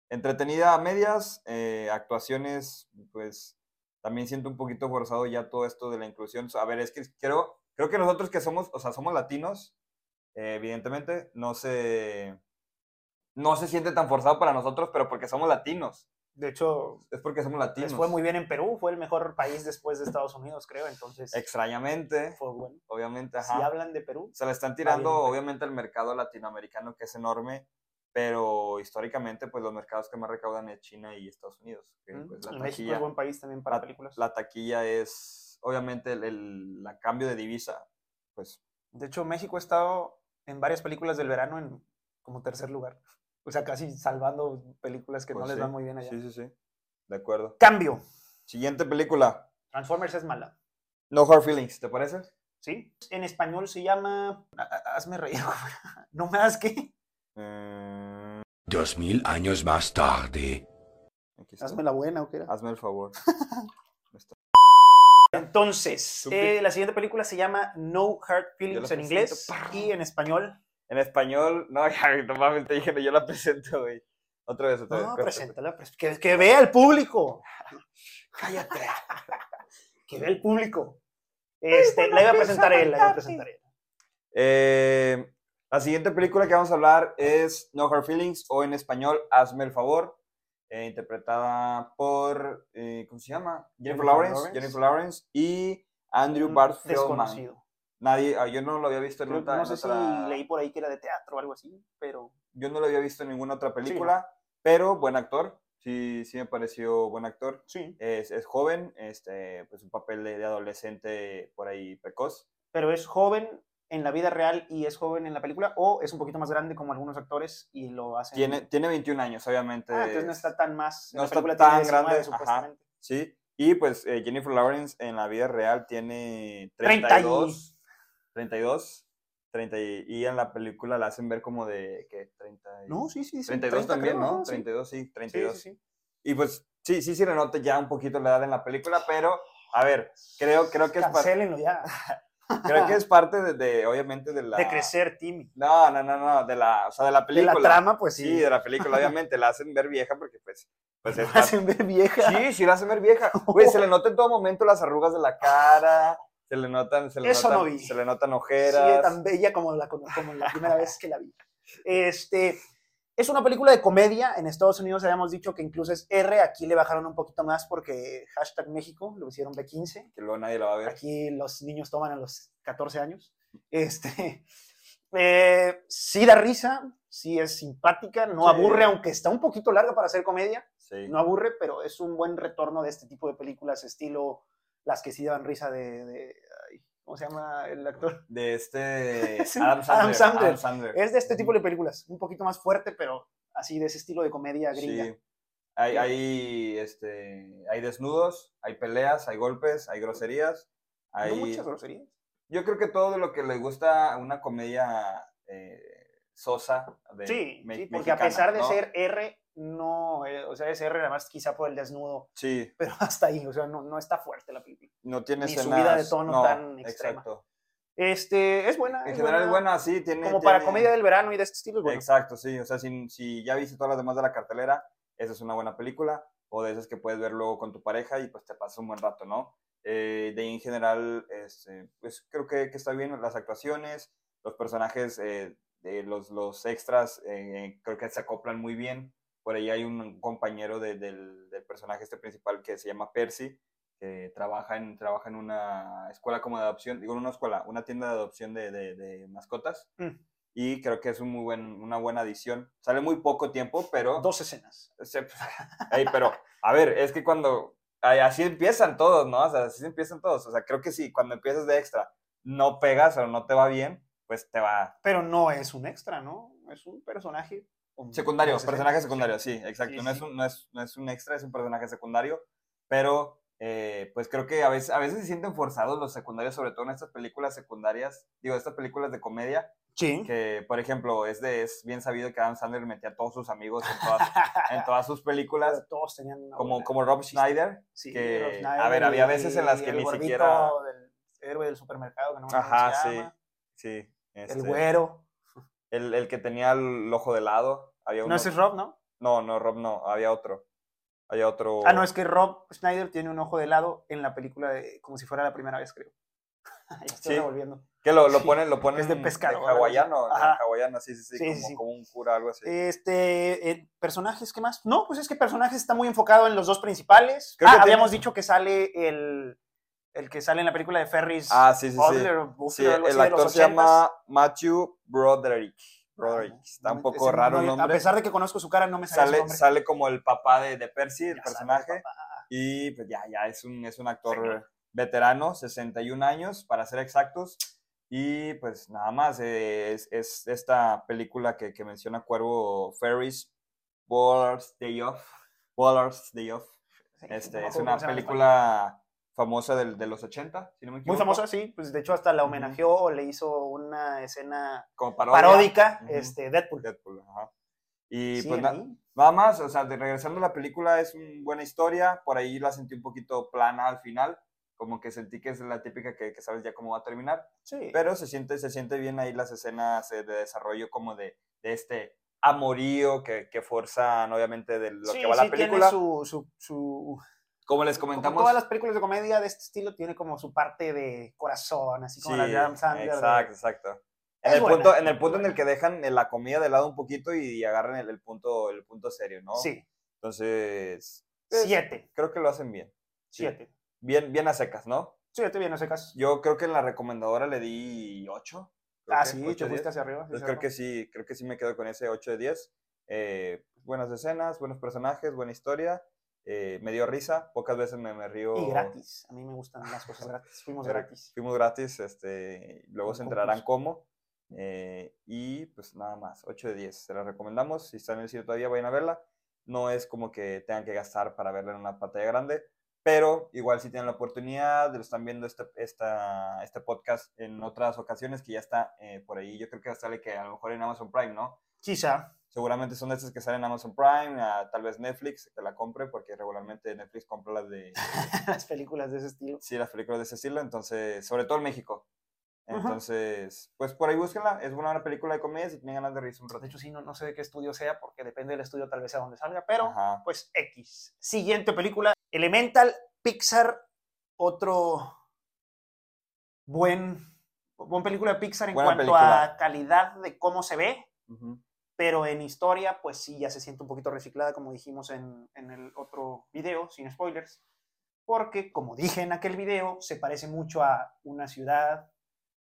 [SPEAKER 1] Entretenida a medias, eh, actuaciones, pues también siento un poquito forzado ya todo esto de la inclusión. A ver, es que creo, creo que nosotros que somos, o sea, somos latinos, eh, evidentemente, no se, no se siente tan forzado para nosotros, pero porque somos latinos.
[SPEAKER 2] De hecho,
[SPEAKER 1] Es porque somos
[SPEAKER 2] les
[SPEAKER 1] latinos.
[SPEAKER 2] fue muy bien en Perú. Fue el mejor país después de Estados Unidos, creo. Entonces,
[SPEAKER 1] Extrañamente,
[SPEAKER 2] fue bueno.
[SPEAKER 1] obviamente,
[SPEAKER 2] Si
[SPEAKER 1] ajá.
[SPEAKER 2] hablan de Perú,
[SPEAKER 1] Se le están
[SPEAKER 2] bien,
[SPEAKER 1] tirando,
[SPEAKER 2] ok.
[SPEAKER 1] obviamente, al mercado latinoamericano, que es enorme, pero históricamente, pues los mercados que más recaudan es China y Estados Unidos. que,
[SPEAKER 2] ¿Mm?
[SPEAKER 1] pues,
[SPEAKER 2] y
[SPEAKER 1] la
[SPEAKER 2] México
[SPEAKER 1] taquilla-
[SPEAKER 2] es buen país también para
[SPEAKER 1] la-
[SPEAKER 2] películas.
[SPEAKER 1] La taquilla es, obviamente, el, el la cambio de divisa, pues
[SPEAKER 2] De hecho, México ha estado en varias películas del verano en como tercer lugar. O sea, casi salvando películas que no
[SPEAKER 1] Pues
[SPEAKER 2] les
[SPEAKER 1] sí,
[SPEAKER 2] van muy bien allá.
[SPEAKER 1] Sí, sí, sí. De acuerdo.
[SPEAKER 2] Cambio.
[SPEAKER 1] Siguiente película.
[SPEAKER 2] Transformers es mala.
[SPEAKER 1] No Hard Feelings, ¿te parece?
[SPEAKER 2] ¿Sí? En español se llama... a- a- Hazme reír. güey. no me hagas qué.
[SPEAKER 1] Mm,
[SPEAKER 4] Dos mil años más tarde.
[SPEAKER 1] aquí está.
[SPEAKER 2] la buena o qué era.
[SPEAKER 1] Hazme el favor.
[SPEAKER 2] Entonces, eh, la siguiente película se llama No Hard Feelings
[SPEAKER 1] la
[SPEAKER 2] en inglés
[SPEAKER 1] presento.
[SPEAKER 2] y en español.
[SPEAKER 1] En español, no, ya, no mames, te dije, yo la presento, güey. Otra vez, otra vez.
[SPEAKER 2] No, preséntala, pres- que, que vea el público. Cállate. que vea el público. Este, la iba a presentar él, la iba a presentar él.
[SPEAKER 1] Eh, la siguiente película que vamos a hablar es No Hard Feelings o en español Hazme el favor, eh, interpretada por, eh, ¿cómo se llama? Jennifer
[SPEAKER 2] Jennifer
[SPEAKER 1] Lawrence,
[SPEAKER 2] Lawrence.
[SPEAKER 1] Jennifer Lawrence y Andrew
[SPEAKER 2] Un
[SPEAKER 1] Barfield.
[SPEAKER 2] Desconocido.
[SPEAKER 1] Nadie, ah, yo no lo había visto en
[SPEAKER 2] Creo-
[SPEAKER 1] otra- en
[SPEAKER 2] no sé si
[SPEAKER 1] otra-
[SPEAKER 2] leí por ahí que era de teatro o algo así, pero
[SPEAKER 1] yo no lo había visto en ninguna otra película, pero buen actor, sí, sí me pareció buen actor.
[SPEAKER 2] sí.
[SPEAKER 1] Es, es joven, este, pues un papel de, de adolescente por ahí precoz.
[SPEAKER 2] Pero es joven en la vida real y es joven en la película, o es un poquito más grande como algunos actores y lo hacen.
[SPEAKER 1] Tiene, tiene 21 años, obviamente.
[SPEAKER 2] Ah, entonces no está tan más. en
[SPEAKER 1] no
[SPEAKER 2] la
[SPEAKER 1] está
[SPEAKER 2] película
[SPEAKER 1] tan
[SPEAKER 2] tiene 19,
[SPEAKER 1] grande, ajá.
[SPEAKER 2] supuestamente.
[SPEAKER 1] Sí, y pues eh, Jennifer Lawrence en la vida real tiene
[SPEAKER 2] 30 y-
[SPEAKER 1] 32, 32, 30 y, y en la película la hacen ver como de que 30 y-
[SPEAKER 2] No, sí, sí. sí
[SPEAKER 1] 32
[SPEAKER 2] 30
[SPEAKER 1] también,
[SPEAKER 2] creo,
[SPEAKER 1] ¿no?
[SPEAKER 2] ajá, sí.
[SPEAKER 1] 32, sí,
[SPEAKER 2] Sí,
[SPEAKER 1] 32.
[SPEAKER 2] sí, sí.
[SPEAKER 1] Y pues sí, sí se le nota ya un poquito la edad en la película, pero a ver, creo, creo que es parte,
[SPEAKER 2] Cancélenlo ya.
[SPEAKER 1] creo que es parte de, de, obviamente de la
[SPEAKER 2] De crecer, Timmy.
[SPEAKER 1] No, no, no, no, de la, o sea, de la
[SPEAKER 2] De
[SPEAKER 1] película.
[SPEAKER 2] la trama, pues
[SPEAKER 1] sí.
[SPEAKER 2] sí.
[SPEAKER 1] de la película obviamente la hacen ver vieja porque pues pues es parte-
[SPEAKER 2] Hacen ver vieja.
[SPEAKER 1] Sí, sí la hacen ver vieja. Güey, se le nota en todo momento las arrugas de la cara, se le notan, se le
[SPEAKER 2] Eso
[SPEAKER 1] notan,
[SPEAKER 2] no vi.
[SPEAKER 1] se le notan
[SPEAKER 2] Sí,
[SPEAKER 1] ojeras.
[SPEAKER 2] tan bella como la, como la primera vez que la vi. Este, es una película de comedia. En Estados Unidos habíamos dicho que incluso es R. Aquí le bajaron un poquito más porque hashtag México lo hicieron B15.
[SPEAKER 1] que luego nadie la va a ver.
[SPEAKER 2] Aquí los niños toman a los 14 años. Este, eh, sí da risa, sí es simpática, no
[SPEAKER 1] Sí.
[SPEAKER 2] aburre, aunque está un poquito larga para hacer comedia.
[SPEAKER 1] Sí.
[SPEAKER 2] no aburre, pero es un buen retorno de este tipo de películas, estilo las que sí daban risa de, de- ay, ¿cómo se llama el actor?
[SPEAKER 1] De este
[SPEAKER 2] Sí,
[SPEAKER 1] Adam
[SPEAKER 2] Adam
[SPEAKER 1] Sandler. Adam Sandler.
[SPEAKER 2] Sandler. Es de este tipo de películas, un poquito más fuerte, pero así de ese estilo de comedia gringa.
[SPEAKER 1] Sí. Hay, hay, este, hay desnudos, hay peleas, hay golpes, hay groserías. Hay...
[SPEAKER 2] No muchas groserías.
[SPEAKER 1] Yo creo que todo lo que le gusta a una comedia eh, sosa. De
[SPEAKER 2] Sí,
[SPEAKER 1] me-
[SPEAKER 2] sí, porque a
[SPEAKER 1] mexicana,
[SPEAKER 2] pesar de
[SPEAKER 1] ¿no?
[SPEAKER 2] ser R, no, eh, o sea, es R además quizá por el desnudo,
[SPEAKER 1] Sí,
[SPEAKER 2] pero hasta ahí, o sea, no, no está fuerte la película.
[SPEAKER 1] no tiene
[SPEAKER 2] Ni subida de
[SPEAKER 1] escenas-
[SPEAKER 2] tono
[SPEAKER 1] no,
[SPEAKER 2] tan extrema.
[SPEAKER 1] Exacto.
[SPEAKER 2] Este, es buena.
[SPEAKER 1] En general es buena, sí, tiene.
[SPEAKER 2] Como para
[SPEAKER 1] tiene-
[SPEAKER 2] comedia del verano y de este estilo, es buena.
[SPEAKER 1] Exacto, sí. O sea, si, si ya viste todas las demás de la cartelera, esa es una buena película. O de esas que puedes ver luego con tu pareja y pues te pasa un buen rato, ¿no? Eh, de ahí en general, este, pues creo que, que está bien las actuaciones, los personajes, eh, de los, los extras, eh, creo que se acoplan muy bien. Por ahí hay un compañero de- del, del personaje este principal que se llama Percy, que trabaja en, trabaja en una escuela como de adopción, digo, en una escuela, una tienda de adopción de, de- de mascotas.
[SPEAKER 2] Mm.
[SPEAKER 1] Y creo que es un muy buen, una buena adición. Sale muy poco tiempo, pero...
[SPEAKER 2] Dos escenas.
[SPEAKER 1] se- Ey, pero, a ver, es que cuando... ay, Así empiezan todos, ¿no? O sea, así empiezan todos. O sea, creo que sí, cuando empiezas de extra, no pegas o no te va bien, pues te va,
[SPEAKER 2] Pero no es un extra, ¿no? Es un personaje. con
[SPEAKER 1] Secundario,
[SPEAKER 2] dos escenas.
[SPEAKER 1] personaje secundario, sí, exacto.
[SPEAKER 2] Sí,
[SPEAKER 1] no, Es
[SPEAKER 2] sí.
[SPEAKER 1] un, no, es, no es un extra, es un personaje secundario, pero eh, pues creo que a veces, a veces se sienten forzados los secundarios, sobre todo en estas películas secundarias, digo, estas películas de comedia,
[SPEAKER 2] Sí.
[SPEAKER 1] que por ejemplo es, de, es bien sabido que Adam Sandler metía a todos sus amigos en todas, en todas sus películas,
[SPEAKER 2] Pero todos tenían una
[SPEAKER 1] como,
[SPEAKER 2] buena-
[SPEAKER 1] como Rob
[SPEAKER 2] Sí,
[SPEAKER 1] Schneider.
[SPEAKER 2] sí,
[SPEAKER 1] que-
[SPEAKER 2] Rob
[SPEAKER 1] a
[SPEAKER 2] Schneider
[SPEAKER 1] ver, había
[SPEAKER 2] y-
[SPEAKER 1] veces en las
[SPEAKER 2] y
[SPEAKER 1] que
[SPEAKER 2] el
[SPEAKER 1] ni
[SPEAKER 2] gordito
[SPEAKER 1] siquiera-
[SPEAKER 2] del héroe del supermercado que no me acuerdo cómo
[SPEAKER 1] Ajá,
[SPEAKER 2] se
[SPEAKER 1] sí,
[SPEAKER 2] llama,
[SPEAKER 1] sí.
[SPEAKER 2] el
[SPEAKER 1] este,
[SPEAKER 2] güero
[SPEAKER 1] el, el que tenía el ojo de lado. Había
[SPEAKER 2] no
[SPEAKER 1] uno-
[SPEAKER 2] ese es Rob no
[SPEAKER 1] no, no, Rob no, había otro. Había otro.
[SPEAKER 2] ah no es que Rob Schneider tiene un ojo de lado en la película de como si fuera la primera vez creo Ya estoy
[SPEAKER 1] Sí.
[SPEAKER 2] revolviendo
[SPEAKER 1] Que lo, lo
[SPEAKER 2] Sí,
[SPEAKER 1] ponen, lo ponen
[SPEAKER 2] es de pescador, algo así.
[SPEAKER 1] hawaiano, de
[SPEAKER 2] Ajá.
[SPEAKER 1] hawaiano, sí, sí, sí,
[SPEAKER 2] Sí,
[SPEAKER 1] como,
[SPEAKER 2] sí, sí.
[SPEAKER 1] como un cura, algo así.
[SPEAKER 2] este eh, personajes qué más no pues es que personajes está muy enfocado en los dos principales
[SPEAKER 1] Creo
[SPEAKER 2] Ah,
[SPEAKER 1] que
[SPEAKER 2] habíamos dicho que sale el el que sale en la película de Ferris
[SPEAKER 1] ah, sí, sí, sí.
[SPEAKER 2] Bueller o
[SPEAKER 1] Sí,
[SPEAKER 2] Bueller,
[SPEAKER 1] el
[SPEAKER 2] algo así, de los
[SPEAKER 1] actor se
[SPEAKER 2] 80s.
[SPEAKER 1] llama Matthew Broderick. Broderick.
[SPEAKER 2] Ah, no,
[SPEAKER 1] Está
[SPEAKER 2] no
[SPEAKER 1] un
[SPEAKER 2] me-
[SPEAKER 1] poco
[SPEAKER 2] ese
[SPEAKER 1] raro
[SPEAKER 2] no-
[SPEAKER 1] el
[SPEAKER 2] A
[SPEAKER 1] nombre.
[SPEAKER 2] pesar de que conozco su cara, no me sale, su
[SPEAKER 1] sale,
[SPEAKER 2] nombre.
[SPEAKER 1] sale como el papá de, de Percy, el
[SPEAKER 2] Ya sale
[SPEAKER 1] personaje.
[SPEAKER 2] papá.
[SPEAKER 1] Y pues ya, ya es un, es un actor
[SPEAKER 2] Señor.
[SPEAKER 1] veterano, 61 años para ser exactos. Y pues nada más, eh, es, es esta película que, que menciona Cuervo Ferris, Baller's Day Off. Baller's Day Off.
[SPEAKER 2] Sí, no
[SPEAKER 1] Este,
[SPEAKER 2] me
[SPEAKER 1] es
[SPEAKER 2] acuerdo
[SPEAKER 1] una
[SPEAKER 2] cómo se llama en
[SPEAKER 1] película famosa del- de los 80, si no me
[SPEAKER 2] español.
[SPEAKER 1] equivoco.
[SPEAKER 2] Muy famosa, sí. Pues de hecho, hasta la
[SPEAKER 1] Ujú.
[SPEAKER 2] homenajeó o le hizo una escena
[SPEAKER 1] Como parodia.
[SPEAKER 2] paródica,
[SPEAKER 1] Ujú.
[SPEAKER 2] este, Deadpool.
[SPEAKER 1] Deadpool, ajá. Y
[SPEAKER 2] Sí,
[SPEAKER 1] pues
[SPEAKER 2] en
[SPEAKER 1] na-
[SPEAKER 2] ahí.
[SPEAKER 1] nada más, o sea, de- regresando a la película, es una buena historia. Por ahí la sentí un poquito plana al final. Como que sentí que es la típica que, que sabes ya cómo va a terminar.
[SPEAKER 2] Sí.
[SPEAKER 1] Pero se siente, se siente bien ahí las escenas eh, de desarrollo como de, de este amorío que, que forzan, obviamente, de lo
[SPEAKER 2] sí,
[SPEAKER 1] que va
[SPEAKER 2] sí,
[SPEAKER 1] la película.
[SPEAKER 2] tiene su... su, su-
[SPEAKER 1] Como les
[SPEAKER 2] como
[SPEAKER 1] comentamos.
[SPEAKER 2] todas las películas de comedia de este estilo tiene como su parte de corazón, así como
[SPEAKER 1] Sí,
[SPEAKER 2] las de Adam Sandler. de-
[SPEAKER 1] Exacto, exacto. En
[SPEAKER 2] Es
[SPEAKER 1] el,
[SPEAKER 2] buena,
[SPEAKER 1] punto, en el
[SPEAKER 2] es
[SPEAKER 1] punto en el
[SPEAKER 2] buena.
[SPEAKER 1] que dejan eh, la comida de lado un poquito y, y agarran el, el punto, el punto serio, ¿no?
[SPEAKER 2] Sí,
[SPEAKER 1] Entonces, eh,
[SPEAKER 2] siete,
[SPEAKER 1] creo que lo hacen bien. Sí.
[SPEAKER 2] siete.
[SPEAKER 1] Bien, bien a secas, ¿no?
[SPEAKER 2] Siete bien, no sé caso.
[SPEAKER 1] Yo creo que en la recomendadora le di 8.
[SPEAKER 2] Ah, sí, te fuiste hacia arriba. sí,
[SPEAKER 1] Entonces creo
[SPEAKER 2] cierto.
[SPEAKER 1] que sí, creo que sí me quedo con ese 8 de 10. Eh, buenas escenas, buenos personajes, buena historia. eh, me dio risa, pocas veces me, me río.
[SPEAKER 2] Y gratis. A mí me gustan las cosas gratis. Fuimos
[SPEAKER 1] Gra-
[SPEAKER 2] gratis.
[SPEAKER 1] Fuimos gratis, este, luego
[SPEAKER 2] Un
[SPEAKER 1] se enterarán
[SPEAKER 2] concurso.
[SPEAKER 1] cómo. eh, y pues nada más, 8 de 10. Se la recomendamos. Si están en el sitio todavía, vayan a verla. No es como que tengan que gastar para verla en una pantalla grande, pero igual si tienen la oportunidad, lo están viendo este, esta, este podcast en otras ocasiones que ya está eh, por ahí. Yo creo que sale que a lo mejor en Amazon Prime, ¿no?
[SPEAKER 2] Quizá.
[SPEAKER 1] Seguramente son de esas que salen en Amazon Prime, a- tal vez Netflix, que la compre, porque regularmente Netflix compra las de
[SPEAKER 2] las películas de ese estilo.
[SPEAKER 1] sí, las películas de ese estilo, entonces, sobre todo en México.
[SPEAKER 2] Ajá.
[SPEAKER 1] Entonces, pues por ahí búsquenla, es una buena película de comedia si tienen ganas de reírse un
[SPEAKER 2] Pues, De
[SPEAKER 1] ratito.
[SPEAKER 2] hecho, sí, no, no sé de qué estudio sea, porque depende del estudio tal vez a dónde salga, pero
[SPEAKER 1] Ajá.
[SPEAKER 2] pues X. Siguiente película, Elemental, Pixar, otro buen, buen película de Pixar en
[SPEAKER 1] Buena
[SPEAKER 2] cuanto
[SPEAKER 1] película.
[SPEAKER 2] a calidad de cómo se ve,
[SPEAKER 1] ujú.
[SPEAKER 2] pero en historia, pues sí, ya se siente un poquito reciclada, como dijimos en, en el otro video, sin spoilers, porque, como dije en aquel video, se parece mucho a una ciudad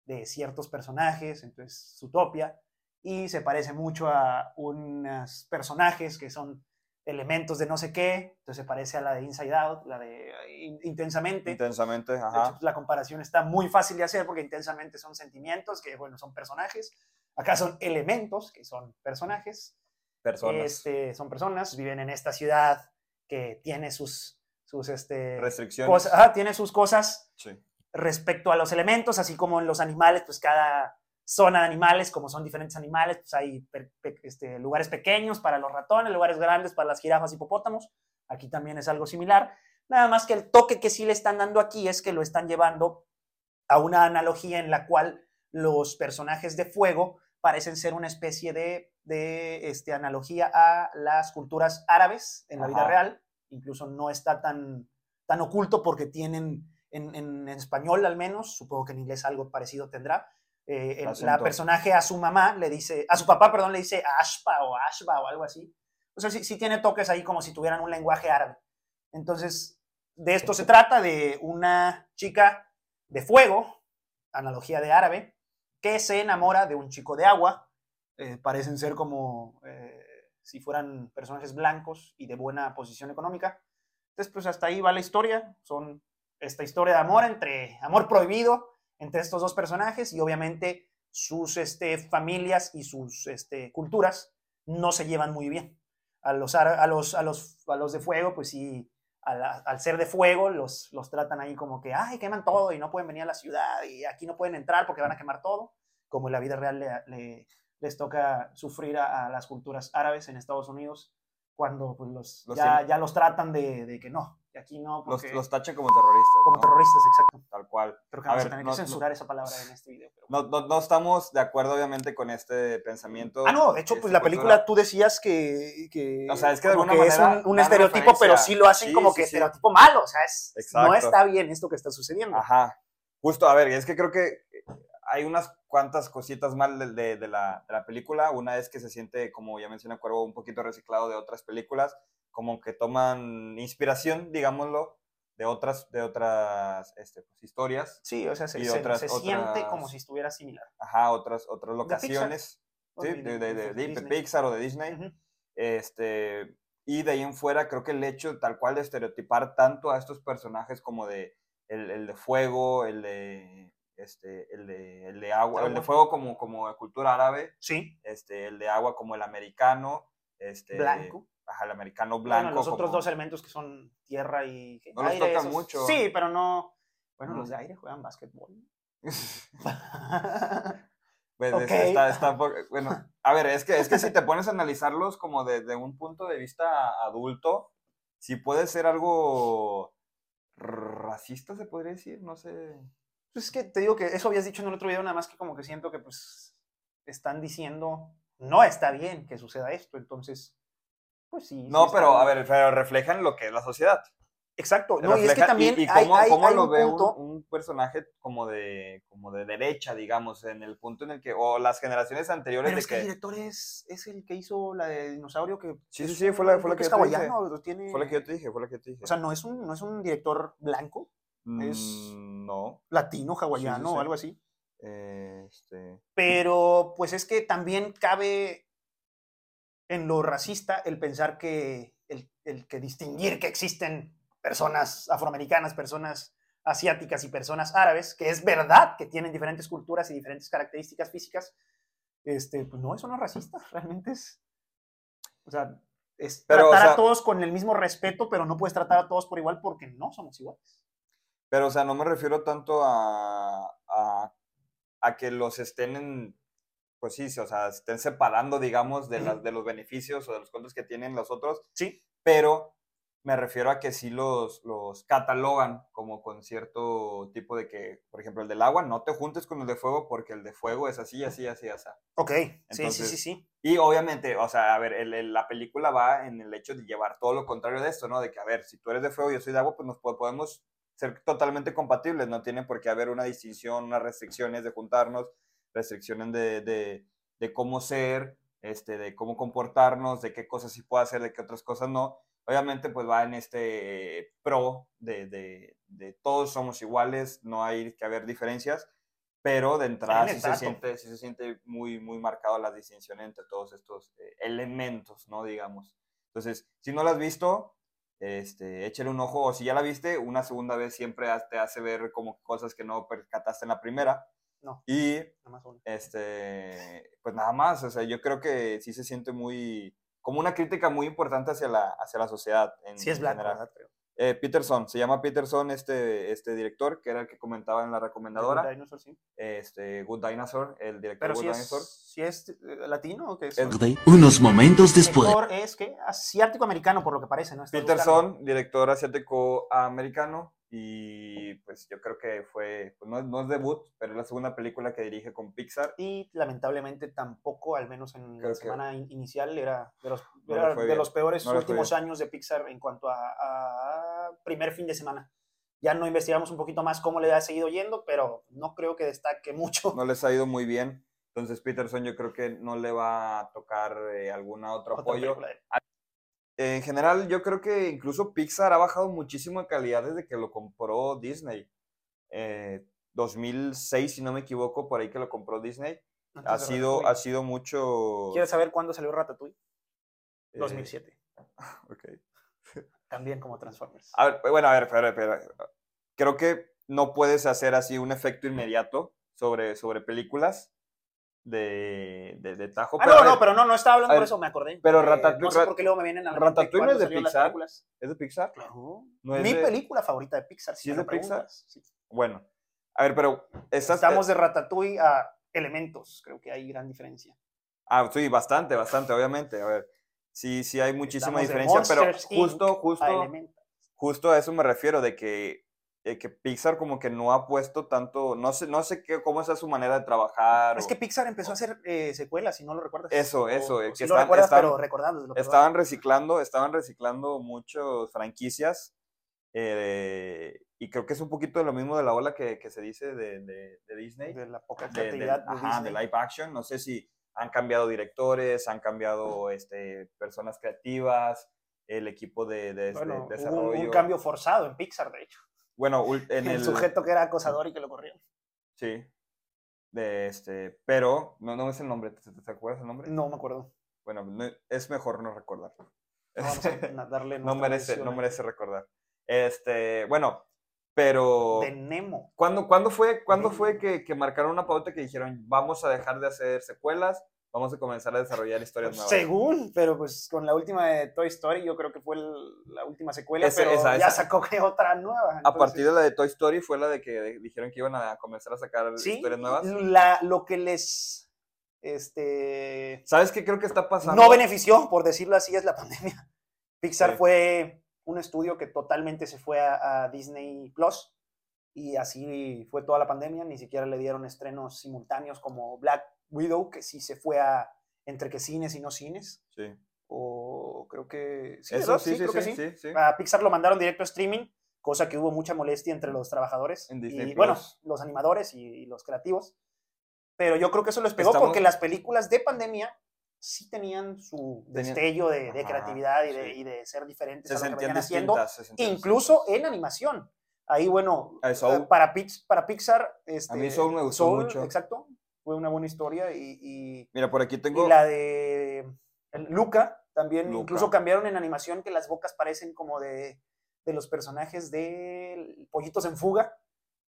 [SPEAKER 2] de ciertos personajes, entonces Zootopia, y se parece mucho a unos personajes que son elementos de no sé qué, entonces se parece a la de Inside Out, la de eh, in- Intensamente.
[SPEAKER 1] Intensamente,
[SPEAKER 2] De hecho,
[SPEAKER 1] ajá.
[SPEAKER 2] pues, la comparación está muy fácil de hacer porque intensamente son sentimientos, que bueno, son personajes. Acá son elementos, que son personajes.
[SPEAKER 1] Personas.
[SPEAKER 2] Este, son personas, viven en esta ciudad que tiene sus, sus este,
[SPEAKER 1] Restricciones.
[SPEAKER 2] cosas, ajá, tiene sus cosas
[SPEAKER 1] Sí.
[SPEAKER 2] respecto a los elementos, así como en los animales, pues cada zona de animales, como son diferentes animales, pues hay pe- pe- este, lugares pequeños para los ratones, lugares grandes para las jirafas y hipopótamos. Aquí también es algo similar. Nada más que el toque que sí le están dando aquí es que lo están llevando a una analogía en la cual los personajes de fuego parecen ser una especie de, de, este, analogía a las culturas árabes en la vida
[SPEAKER 1] Ajá.
[SPEAKER 2] real. Incluso no está tan, tan oculto porque tienen, en, en- en español al menos, supongo que en inglés algo parecido tendrá, eh, el- la
[SPEAKER 1] Acento.
[SPEAKER 2] personaje a su mamá le dice, a su papá, perdón, le dice Ashpa o Ashba o algo así. O sea, sí, sí tiene toques ahí como si tuvieran un lenguaje árabe. Entonces, de esto se trata, de una chica de fuego, analogía de árabe, que se enamora de un chico de agua. eh, parecen ser como eh, si fueran personajes blancos y de buena posición económica. Entonces, pues hasta ahí va la historia. Son esta historia de amor entre amor prohibido entre estos dos personajes y obviamente sus este, familias y sus este, culturas no se llevan muy bien. A los, ara- a los, a los, a los de fuego, pues sí, a la- al ser de fuego, los, los tratan ahí como que, ay, queman todo y no pueden venir a la ciudad y aquí no pueden entrar porque van a quemar todo, como en la vida real le, le- les toca sufrir a, a las culturas árabes en Estados Unidos cuando pues, los,
[SPEAKER 1] Los
[SPEAKER 2] ya,
[SPEAKER 1] tienen-
[SPEAKER 2] ya los tratan de, de que no, que aquí no,
[SPEAKER 1] Los,
[SPEAKER 2] porque
[SPEAKER 1] los tachan como terroristas.
[SPEAKER 2] como
[SPEAKER 1] ¿no?
[SPEAKER 2] terroristas, exacto.
[SPEAKER 1] Tal cual.
[SPEAKER 2] Creo que
[SPEAKER 1] A
[SPEAKER 2] vamos
[SPEAKER 1] ver,
[SPEAKER 2] a tener
[SPEAKER 1] no-
[SPEAKER 2] que
[SPEAKER 1] no-
[SPEAKER 2] censurar esa palabra en este video. pero
[SPEAKER 1] No, no, no estamos de acuerdo, obviamente, con este pensamiento.
[SPEAKER 2] Ah, no, de hecho, pues
[SPEAKER 1] este,
[SPEAKER 2] la
[SPEAKER 1] cultural.
[SPEAKER 2] película tú decías que, que
[SPEAKER 1] O sea, es que de
[SPEAKER 2] como
[SPEAKER 1] alguna
[SPEAKER 2] es
[SPEAKER 1] manera
[SPEAKER 2] un- un,
[SPEAKER 1] dan
[SPEAKER 2] estereotipo, pero
[SPEAKER 1] referencia.
[SPEAKER 2] sí lo hacen
[SPEAKER 1] Sí,
[SPEAKER 2] como
[SPEAKER 1] sí,
[SPEAKER 2] que
[SPEAKER 1] sí.
[SPEAKER 2] estereotipo malo, o sea, es, no
[SPEAKER 1] Exacto.
[SPEAKER 2] está bien esto que está sucediendo.
[SPEAKER 1] Ajá. Justo, a ver, es que creo que eh, hay unas cuantas cositas mal de, de- de la, de la película. Una es que se siente, como ya menciona Cuervo, un poquito reciclado de otras películas, como que toman inspiración, digámoslo, de otras, de otras este, pues, historias,
[SPEAKER 2] Sí, o sea, se,
[SPEAKER 1] Y
[SPEAKER 2] se-
[SPEAKER 1] otras-
[SPEAKER 2] se siente
[SPEAKER 1] otras-
[SPEAKER 2] como si estuviera similar.
[SPEAKER 1] ajá, otras, otras
[SPEAKER 2] Pixar.
[SPEAKER 1] locaciones, ¿sí?
[SPEAKER 2] Disney,
[SPEAKER 1] de, de- de- de
[SPEAKER 2] Disney.
[SPEAKER 1] Pixar o de Disney.
[SPEAKER 2] Ujú.
[SPEAKER 1] Este, y de ahí en fuera, creo que el hecho tal cual de estereotipar tanto a estos personajes como de el, el de fuego, el de este, el de, el de agua, el de
[SPEAKER 2] Agua.
[SPEAKER 1] fuego como, como de cultura árabe,
[SPEAKER 2] Sí,
[SPEAKER 1] este, el de agua como el americano, este,
[SPEAKER 2] blanco.
[SPEAKER 1] ajá, el americano
[SPEAKER 2] Bueno,
[SPEAKER 1] blanco.
[SPEAKER 2] los otros
[SPEAKER 1] como-
[SPEAKER 2] dos elementos que son tierra y
[SPEAKER 1] No los
[SPEAKER 2] aire,
[SPEAKER 1] tocan
[SPEAKER 2] esos-
[SPEAKER 1] mucho. Mm.
[SPEAKER 2] Sí, pero no. Bueno,
[SPEAKER 1] No.
[SPEAKER 2] los de aire juegan básquetbol.
[SPEAKER 1] Pues,
[SPEAKER 2] Ok.
[SPEAKER 1] este, está- está un poco- bueno, a ver, es que, es que si te pones a analizarlos como desde un punto de vista adulto, si puede ser algo racista, se podría decir, no sé.
[SPEAKER 2] Pues es que te digo que eso habías dicho en el otro video, nada más que como que siento que pues están diciendo no está bien que suceda esto. Entonces, pues sí. sí
[SPEAKER 1] No,
[SPEAKER 2] está
[SPEAKER 1] pero
[SPEAKER 2] bien.
[SPEAKER 1] a ver, pero reflejan lo que es la sociedad.
[SPEAKER 2] Exacto. No, y es que
[SPEAKER 1] Refleja-
[SPEAKER 2] también
[SPEAKER 1] y, y
[SPEAKER 2] hay,
[SPEAKER 1] cómo,
[SPEAKER 2] hay-
[SPEAKER 1] cómo
[SPEAKER 2] hay
[SPEAKER 1] lo
[SPEAKER 2] un
[SPEAKER 1] ve un,
[SPEAKER 2] punto.
[SPEAKER 1] un personaje como de, como de derecha, digamos, en el punto en el que, o las generaciones anteriores
[SPEAKER 2] Pero
[SPEAKER 1] de
[SPEAKER 2] es que, el director es, es el que hizo la de dinosaurio que.
[SPEAKER 1] Sí,
[SPEAKER 2] es
[SPEAKER 1] sí, sí, fue la-
[SPEAKER 2] un-
[SPEAKER 1] fue la
[SPEAKER 2] creo
[SPEAKER 1] que
[SPEAKER 2] es
[SPEAKER 1] yo te dije.
[SPEAKER 2] hawaiano, lo tiene-
[SPEAKER 1] Fue lo que yo te dije, fue lo que yo te dije.
[SPEAKER 2] O sea, no es un, no es un director blanco, es-
[SPEAKER 1] Mm, No.
[SPEAKER 2] latino, hawaiano
[SPEAKER 1] sí.
[SPEAKER 2] o algo así.
[SPEAKER 1] eh, este,
[SPEAKER 2] Pero pues es que también cabe en lo racista el pensar que el, el que distinguir que existen personas afroamericanas, personas asiáticas y personas árabes, que es verdad que tienen diferentes culturas y diferentes características físicas, este, pues no, eso no es racista, realmente es, o sea, es
[SPEAKER 1] Pero, o
[SPEAKER 2] tratar a
[SPEAKER 1] sea-
[SPEAKER 2] todos con el mismo respeto, pero no puedes tratar a todos por igual porque no somos iguales.
[SPEAKER 1] Pero, o sea, no me refiero tanto a, a, a que los estén en, pues sí, sí, o sea, estén separando, digamos, de, las, de los beneficios o de los contras que tienen los otros,
[SPEAKER 2] Sí,
[SPEAKER 1] pero me refiero a que sí los, los catalogan como con cierto tipo de que, por ejemplo, el del agua, no te juntes con el de fuego porque el de fuego es así, así, así, así.
[SPEAKER 2] ok, sí, sí,
[SPEAKER 1] Entonces,
[SPEAKER 2] sí, sí.
[SPEAKER 1] Y obviamente, o sea, a ver, el- el- la película va en el hecho de llevar todo lo contrario de esto, ¿no? De que, a ver, si tú eres de fuego y yo soy de agua, pues nos po- podemos ser totalmente compatibles, no tiene por qué haber una distinción, unas restricciones de juntarnos, restricciones de, de, de cómo ser, este, de cómo comportarnos, de qué cosas sí puedo hacer, de qué otras cosas no. Obviamente, pues va en este eh, pro de, de, de todos somos iguales, no hay que haber diferencias, pero de entrada
[SPEAKER 2] en el
[SPEAKER 1] sí se,
[SPEAKER 2] dato.
[SPEAKER 1] siente, sí se siente muy, muy marcado la distinción entre todos estos eh, elementos, ¿no? Digamos. Entonces, si no la has visto, este, échale un ojo, o si ya la viste, una segunda vez siempre ha- te hace ver como cosas que no percataste en la primera.
[SPEAKER 2] No.
[SPEAKER 1] Y
[SPEAKER 2] nada más una.
[SPEAKER 1] este, pues nada más, o sea, yo creo que sí se siente muy, como una crítica muy importante hacia la, hacia la sociedad. En,
[SPEAKER 2] Sí es
[SPEAKER 1] en
[SPEAKER 2] blanco,
[SPEAKER 1] general.
[SPEAKER 2] ¿verdad? Creo.
[SPEAKER 1] Eh, Peterson, se llama Peterson este, este director, que era el que comentaba en la recomendadora,
[SPEAKER 2] Dinosaur, sí.
[SPEAKER 1] este, Good Dinosaur, el director
[SPEAKER 2] Pero
[SPEAKER 1] Good
[SPEAKER 2] si
[SPEAKER 1] Dinosaur.
[SPEAKER 2] es, si es eh, latino o qué es.
[SPEAKER 1] Es
[SPEAKER 3] Unos momentos después.
[SPEAKER 2] Mejor es que asiático americano por lo que parece, ¿no? Estás buscando.
[SPEAKER 1] Peterson, director asiático americano, y pues yo creo que fue, pues, no, es- no es debut, pero es la segunda película que dirige con Pixar.
[SPEAKER 2] Y lamentablemente tampoco, al menos en
[SPEAKER 1] Creo
[SPEAKER 2] la
[SPEAKER 1] que-
[SPEAKER 2] semana in- inicial, era de los,
[SPEAKER 1] No
[SPEAKER 2] era
[SPEAKER 1] le fue
[SPEAKER 2] de
[SPEAKER 1] bien,
[SPEAKER 2] los peores
[SPEAKER 1] no le fue
[SPEAKER 2] últimos años de Pixar en cuanto a, a primer fin de semana. Ya no investigamos un poquito más cómo le ha seguido yendo, pero no creo que destaque mucho.
[SPEAKER 1] no les ha ido muy bien. Entonces Peterson yo creo que no le va a tocar eh, alguna otra
[SPEAKER 2] otra
[SPEAKER 1] apoyo.
[SPEAKER 2] película de-
[SPEAKER 1] En general yo creo que incluso Pixar ha bajado muchísimo de calidad desde que lo compró Disney. Eh, 2006 si no me equivoco, por ahí que lo compró Disney.
[SPEAKER 2] antes
[SPEAKER 1] Ha
[SPEAKER 2] de
[SPEAKER 1] sido,
[SPEAKER 2] Ratatouille.
[SPEAKER 1] ha sido mucho...
[SPEAKER 2] ¿Quieres saber cuándo salió Ratatouille?
[SPEAKER 1] eh,
[SPEAKER 2] 2007.
[SPEAKER 1] ok.
[SPEAKER 2] También como Transformers.
[SPEAKER 1] A ver, bueno, a ver, espera, espera. Creo que no puedes hacer así un efecto inmediato sobre, sobre películas de, de, de Tajo.
[SPEAKER 2] Ah,
[SPEAKER 1] pero a
[SPEAKER 2] no, no,
[SPEAKER 1] ver,
[SPEAKER 2] pero no, no estaba hablando
[SPEAKER 1] a
[SPEAKER 2] por
[SPEAKER 1] ver,
[SPEAKER 2] eso, me acordé.
[SPEAKER 1] pero
[SPEAKER 2] Eh, No
[SPEAKER 1] Ratatouille-
[SPEAKER 2] sé por qué luego me vienen a la mente
[SPEAKER 1] Ratatouille no es
[SPEAKER 2] cuándo
[SPEAKER 1] de
[SPEAKER 2] salieron las
[SPEAKER 1] Pixar.
[SPEAKER 2] películas.
[SPEAKER 1] ¿Es de Pixar?
[SPEAKER 2] Claro.
[SPEAKER 1] No es
[SPEAKER 2] Mi
[SPEAKER 1] de-
[SPEAKER 2] película favorita de Pixar.
[SPEAKER 1] ¿Sí
[SPEAKER 2] Si
[SPEAKER 1] es
[SPEAKER 2] me
[SPEAKER 1] de Pixar?
[SPEAKER 2] preguntas. Sí.
[SPEAKER 1] Bueno, a ver, pero estas-
[SPEAKER 2] Estamos
[SPEAKER 1] eh,
[SPEAKER 2] de Ratatouille a Elementos. Creo que hay gran diferencia.
[SPEAKER 1] ah, sí, bastante, bastante, obviamente. A ver, sí, sí hay muchísima
[SPEAKER 2] Estamos de
[SPEAKER 1] diferencia, pero
[SPEAKER 2] Monsters, Inc.
[SPEAKER 1] justo,
[SPEAKER 2] A
[SPEAKER 1] justo,
[SPEAKER 2] Elementos.
[SPEAKER 1] justo a eso me refiero de que, de que Pixar como que no ha puesto tanto, no sé, no sé qué, cómo es su manera de trabajar.
[SPEAKER 2] Es
[SPEAKER 1] o-
[SPEAKER 2] que Pixar empezó a hacer eh, secuelas, si no lo recuerdas.
[SPEAKER 1] Eso, eso, eh,
[SPEAKER 2] si
[SPEAKER 1] que
[SPEAKER 2] lo
[SPEAKER 1] están-
[SPEAKER 2] recuerdas,
[SPEAKER 1] están-
[SPEAKER 2] pero recordándolo. perdón.
[SPEAKER 1] estaban reciclando, estaban reciclando muchas franquicias eh, y creo que es un poquito de lo mismo de la ola que, que se dice de, de- de Disney.
[SPEAKER 2] de la poca
[SPEAKER 1] de, del-
[SPEAKER 2] creatividad de,
[SPEAKER 1] ajá, de
[SPEAKER 2] Disney.
[SPEAKER 1] live action. No sé si han cambiado directores, han cambiado este, personas creativas, el equipo de, de- de
[SPEAKER 2] Bueno, hubo
[SPEAKER 1] desarrollo.
[SPEAKER 2] un, un cambio forzado en Pixar, de hecho.
[SPEAKER 1] Bueno, ul- en
[SPEAKER 2] el,
[SPEAKER 1] el.
[SPEAKER 2] sujeto que era acosador y que lo corrió.
[SPEAKER 1] Sí. De este, pero no, no es el nombre. ¿Te, te- te acuerdas el nombre?
[SPEAKER 2] No me acuerdo.
[SPEAKER 1] Bueno, no- es mejor no recordar.
[SPEAKER 2] Ah, No vamos a darle
[SPEAKER 1] no
[SPEAKER 2] nuestra
[SPEAKER 1] merece,
[SPEAKER 2] mención
[SPEAKER 1] no
[SPEAKER 2] a-
[SPEAKER 1] merece recordar. Este, bueno, pero.
[SPEAKER 2] De Nemo.
[SPEAKER 1] ¿Cuándo, cuándo fue, cuándo fue
[SPEAKER 2] Mm.
[SPEAKER 1] que, que marcaron una pauta que dijeron vamos a dejar de hacer secuelas, vamos a comenzar a desarrollar historias
[SPEAKER 2] Pues,
[SPEAKER 1] nuevas?
[SPEAKER 2] según, pero pues con la última de Toy Story, yo creo que fue el- la última secuela,
[SPEAKER 1] Ese-
[SPEAKER 2] pero
[SPEAKER 1] esa-
[SPEAKER 2] ya
[SPEAKER 1] esa.
[SPEAKER 2] sacó que otra nueva.
[SPEAKER 1] A
[SPEAKER 2] entonces-
[SPEAKER 1] partir de la de Toy Story fue la de que de- dijeron que iban a comenzar a sacar
[SPEAKER 2] sí,
[SPEAKER 1] historias nuevas.
[SPEAKER 2] la- lo que les este,
[SPEAKER 1] ¿Sabes qué creo que está pasando?
[SPEAKER 2] no benefició, por decirlo así, es la pandemia. Pixar
[SPEAKER 1] Sí.
[SPEAKER 2] fue un estudio que totalmente se fue a, a Disney Plus y así fue toda la pandemia. Ni siquiera le dieron estrenos simultáneos como Black Widow, que sí se fue a entre que cines y no cines.
[SPEAKER 1] Sí.
[SPEAKER 2] O creo que. Sí,
[SPEAKER 1] Eso
[SPEAKER 2] ¿verdad?
[SPEAKER 1] sí,
[SPEAKER 2] Sí,
[SPEAKER 1] sí,
[SPEAKER 2] creo que
[SPEAKER 1] sí,
[SPEAKER 2] sí.
[SPEAKER 1] sí, sí.
[SPEAKER 2] A Pixar lo mandaron directo a streaming, cosa que hubo mucha molestia entre los trabajadores.
[SPEAKER 1] En
[SPEAKER 2] y
[SPEAKER 1] Disney
[SPEAKER 2] bueno,
[SPEAKER 1] Plus.
[SPEAKER 2] los animadores y, y los creativos. Pero yo creo que eso les pegó
[SPEAKER 1] Estamos-
[SPEAKER 2] porque las películas de pandemia sí tenían su
[SPEAKER 1] Tenían-
[SPEAKER 2] destello de, de
[SPEAKER 1] Ajá,
[SPEAKER 2] creatividad y de,
[SPEAKER 1] sí.
[SPEAKER 2] y de ser diferentes
[SPEAKER 1] Se
[SPEAKER 2] a lo que
[SPEAKER 1] sentían
[SPEAKER 2] venían haciendo,
[SPEAKER 1] distintas. se sentían
[SPEAKER 2] incluso
[SPEAKER 1] distintas.
[SPEAKER 2] en animación. Ahí, bueno,
[SPEAKER 1] Ah, Soul.
[SPEAKER 2] eh, para, Pix- para Pixar, este,
[SPEAKER 1] mí Soul me gustó mucho.
[SPEAKER 2] Exacto, fue una buena historia y- y
[SPEAKER 1] Mira, por aquí
[SPEAKER 2] y
[SPEAKER 1] tengo.
[SPEAKER 2] la de el- Luca, también
[SPEAKER 1] Luca.
[SPEAKER 2] incluso cambiaron en animación que las bocas parecen como de, de los personajes de Pollitos en Fuga.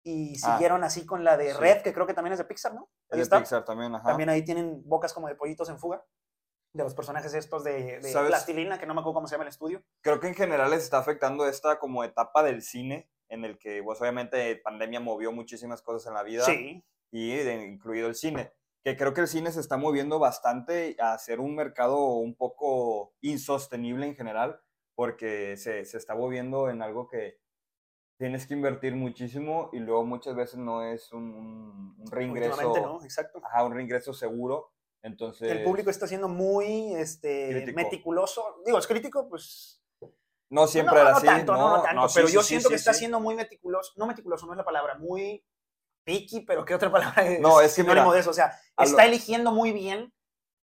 [SPEAKER 2] Y
[SPEAKER 1] Ah,
[SPEAKER 2] siguieron así con la de
[SPEAKER 1] sí.
[SPEAKER 2] Red, que creo que también es de Pixar, ¿no?
[SPEAKER 1] el
[SPEAKER 2] Ahí
[SPEAKER 1] de
[SPEAKER 2] está.
[SPEAKER 1] Pixar también, ajá.
[SPEAKER 2] También ahí tienen bocas como de Pollitos en Fuga. De los personajes estos de, de
[SPEAKER 1] ¿Sabes?
[SPEAKER 2] Plastilina, que no me acuerdo cómo se llama el estudio.
[SPEAKER 1] Creo que en general les está afectando esta como etapa del cine, en el que, pues obviamente, pandemia movió muchísimas cosas en la vida.
[SPEAKER 2] Sí,
[SPEAKER 1] y de- incluido el cine. Que creo que el cine se está moviendo bastante a ser un mercado un poco insostenible en general, porque se, se está moviendo en algo que tienes que invertir muchísimo y luego muchas veces no es un, un- un reingreso,
[SPEAKER 2] últimamente, ¿no? Exacto.
[SPEAKER 1] ajá, un reingreso seguro. Entonces,
[SPEAKER 2] El público está siendo muy este,
[SPEAKER 1] Crítico.
[SPEAKER 2] meticuloso. Digo, es crítico, pues
[SPEAKER 1] no siempre
[SPEAKER 2] no,
[SPEAKER 1] era
[SPEAKER 2] no
[SPEAKER 1] así.
[SPEAKER 2] tanto, no, no tanto,
[SPEAKER 1] sí,
[SPEAKER 2] pero
[SPEAKER 1] sí,
[SPEAKER 2] yo
[SPEAKER 1] sí,
[SPEAKER 2] siento
[SPEAKER 1] sí,
[SPEAKER 2] que está
[SPEAKER 1] sí.
[SPEAKER 2] siendo muy meticuloso, no meticuloso, no es la palabra, muy picky, pero ¿qué otra palabra es?
[SPEAKER 1] No, es que
[SPEAKER 2] sinónimo
[SPEAKER 1] mira,
[SPEAKER 2] de eso, o sea,
[SPEAKER 1] a lo-
[SPEAKER 2] está eligiendo muy bien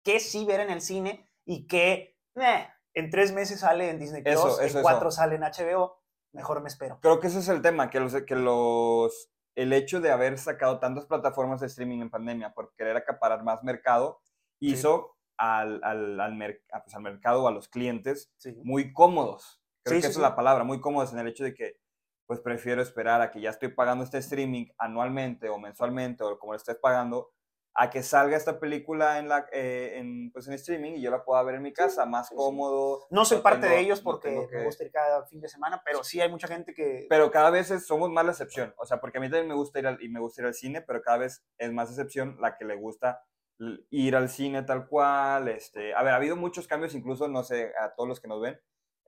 [SPEAKER 2] qué sí ver en el cine y qué meh, en tres meses sale en Disney Plus,
[SPEAKER 1] Eso, eso,
[SPEAKER 2] en
[SPEAKER 1] eso.
[SPEAKER 2] cuatro sale en HBO, mejor me espero.
[SPEAKER 1] Creo que ese es el tema, que los, que los el hecho de haber sacado tantas plataformas de streaming en pandemia por querer acaparar más mercado hizo al, al, al mer- a, pues, al mercado o a los clientes
[SPEAKER 2] Sí.
[SPEAKER 1] muy cómodos. Creo
[SPEAKER 2] Sí,
[SPEAKER 1] que
[SPEAKER 2] sí,
[SPEAKER 1] esa
[SPEAKER 2] sí.
[SPEAKER 1] es la palabra, muy cómodos en el hecho de que pues prefiero esperar a que ya estoy pagando este streaming anualmente o mensualmente o como lo estés pagando a que salga esta película en la eh, en, pues en streaming y yo la pueda ver en mi casa más
[SPEAKER 2] sí, sí.
[SPEAKER 1] cómodo
[SPEAKER 2] No soy
[SPEAKER 1] no
[SPEAKER 2] parte
[SPEAKER 1] tengo-
[SPEAKER 2] de ellos
[SPEAKER 1] no
[SPEAKER 2] porque
[SPEAKER 1] tengo
[SPEAKER 2] me
[SPEAKER 1] que-
[SPEAKER 2] gusta ir cada fin de semana, pero sí hay mucha gente que...
[SPEAKER 1] pero cada vez es- somos más la excepción. O sea, porque a mí también me gusta ir al, y me gusta ir al cine, pero cada vez es más excepción la que le gusta l- ir al cine tal cual. Este, a ver, ha habido muchos cambios, incluso, no sé, a todos los que nos ven,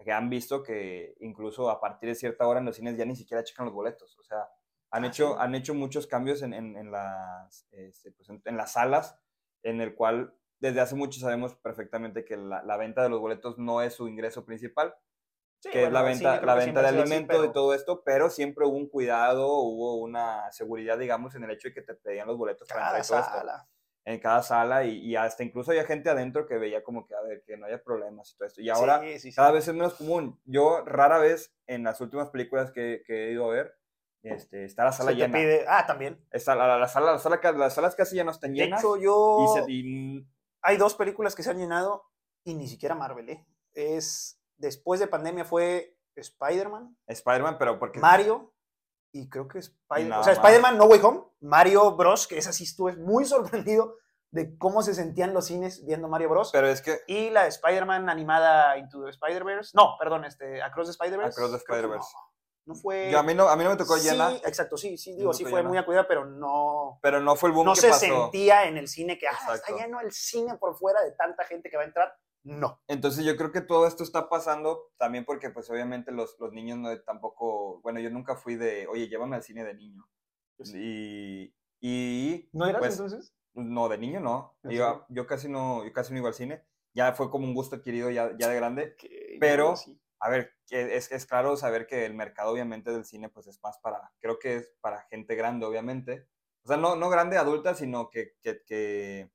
[SPEAKER 1] que han visto que incluso a partir de cierta hora en los cines ya ni siquiera checan los boletos. O sea, han,
[SPEAKER 2] Ah,
[SPEAKER 1] hecho,
[SPEAKER 2] sí.
[SPEAKER 1] han hecho muchos cambios en, en- en las, este, pues, en- en las salas, en el cual desde hace mucho sabemos perfectamente que la- la venta de los boletos no es su ingreso principal
[SPEAKER 2] Sí,
[SPEAKER 1] que es
[SPEAKER 2] bueno,
[SPEAKER 1] la
[SPEAKER 2] el cine
[SPEAKER 1] venta,
[SPEAKER 2] creo
[SPEAKER 1] la
[SPEAKER 2] que
[SPEAKER 1] venta
[SPEAKER 2] siempre
[SPEAKER 1] de
[SPEAKER 2] ha sido así,
[SPEAKER 1] alimentos
[SPEAKER 2] pero-
[SPEAKER 1] y todo esto, pero siempre hubo un cuidado, hubo una seguridad, digamos, en el hecho de que te pedían los boletos para
[SPEAKER 2] Cada
[SPEAKER 1] entrar y todo esto,
[SPEAKER 2] sala.
[SPEAKER 1] en cada sala y, y hasta incluso había gente adentro que veía como que, a ver, que no haya problemas y todo esto. Y ahora
[SPEAKER 2] Sí, sí, sí.
[SPEAKER 1] cada vez es menos común. Yo rara vez en las últimas películas que, que he ido a ver, este, está la
[SPEAKER 2] Se
[SPEAKER 1] sala
[SPEAKER 2] te
[SPEAKER 1] llena.
[SPEAKER 2] pide- Ah, también.
[SPEAKER 1] Está la, la- la sala, la sala ca- las salas casi ya no están
[SPEAKER 2] De
[SPEAKER 1] llenas.
[SPEAKER 2] hecho, yo...
[SPEAKER 1] y mm, se- y-
[SPEAKER 2] hay dos películas que se han llenado y ni siquiera Marvel, ¿eh? Es, después de pandemia fue Spider-Man,
[SPEAKER 1] Spider-Man, pero porque...
[SPEAKER 2] Mario y creo que Spider-Man.
[SPEAKER 1] nada
[SPEAKER 2] O sea,
[SPEAKER 1] más.
[SPEAKER 2] Spider-Man No Way Home, Mario Bros, que esa sí estuve muy sorprendido de cómo se sentían los cines viendo Mario Bros.
[SPEAKER 1] pero es que
[SPEAKER 2] y la de Spider-Man animada Into the Spider-Verse. No, perdón, este, Across the Spider-Verse.
[SPEAKER 1] Across the
[SPEAKER 2] creo que
[SPEAKER 1] Spider-Verse.
[SPEAKER 2] No, no fue...
[SPEAKER 1] yo, a, mí no, a mí no me tocó
[SPEAKER 2] sí,
[SPEAKER 1] llena,
[SPEAKER 2] exacto, sí, sí,
[SPEAKER 1] me
[SPEAKER 2] digo, sí
[SPEAKER 1] tocó
[SPEAKER 2] fue
[SPEAKER 1] llena.
[SPEAKER 2] muy acudida, pero no
[SPEAKER 1] pero no fue el boom
[SPEAKER 2] no
[SPEAKER 1] que
[SPEAKER 2] se
[SPEAKER 1] pasó.
[SPEAKER 2] sentía en el cine que ah, está
[SPEAKER 1] Exacto.
[SPEAKER 2] lleno el cine por fuera de tanta gente que va a entrar. No.
[SPEAKER 1] Entonces yo creo que todo esto está pasando también porque pues obviamente los, los niños no tampoco, bueno, yo nunca fui de, oye, llévame al cine de niño.
[SPEAKER 2] Yo
[SPEAKER 1] Y, y
[SPEAKER 2] ¿No eras
[SPEAKER 1] pues,
[SPEAKER 2] entonces?
[SPEAKER 1] no, de niño no.
[SPEAKER 2] ¿En
[SPEAKER 1] Iba-
[SPEAKER 2] serio?
[SPEAKER 1] yo casi no, yo casi no iba al cine. Ya fue como un gusto adquirido ya, ya de grande. pero- A ver, que es, es claro saber que el mercado obviamente del cine pues es más para, creo que es para gente grande obviamente. O sea, no, no grande adulta, sino que, que, que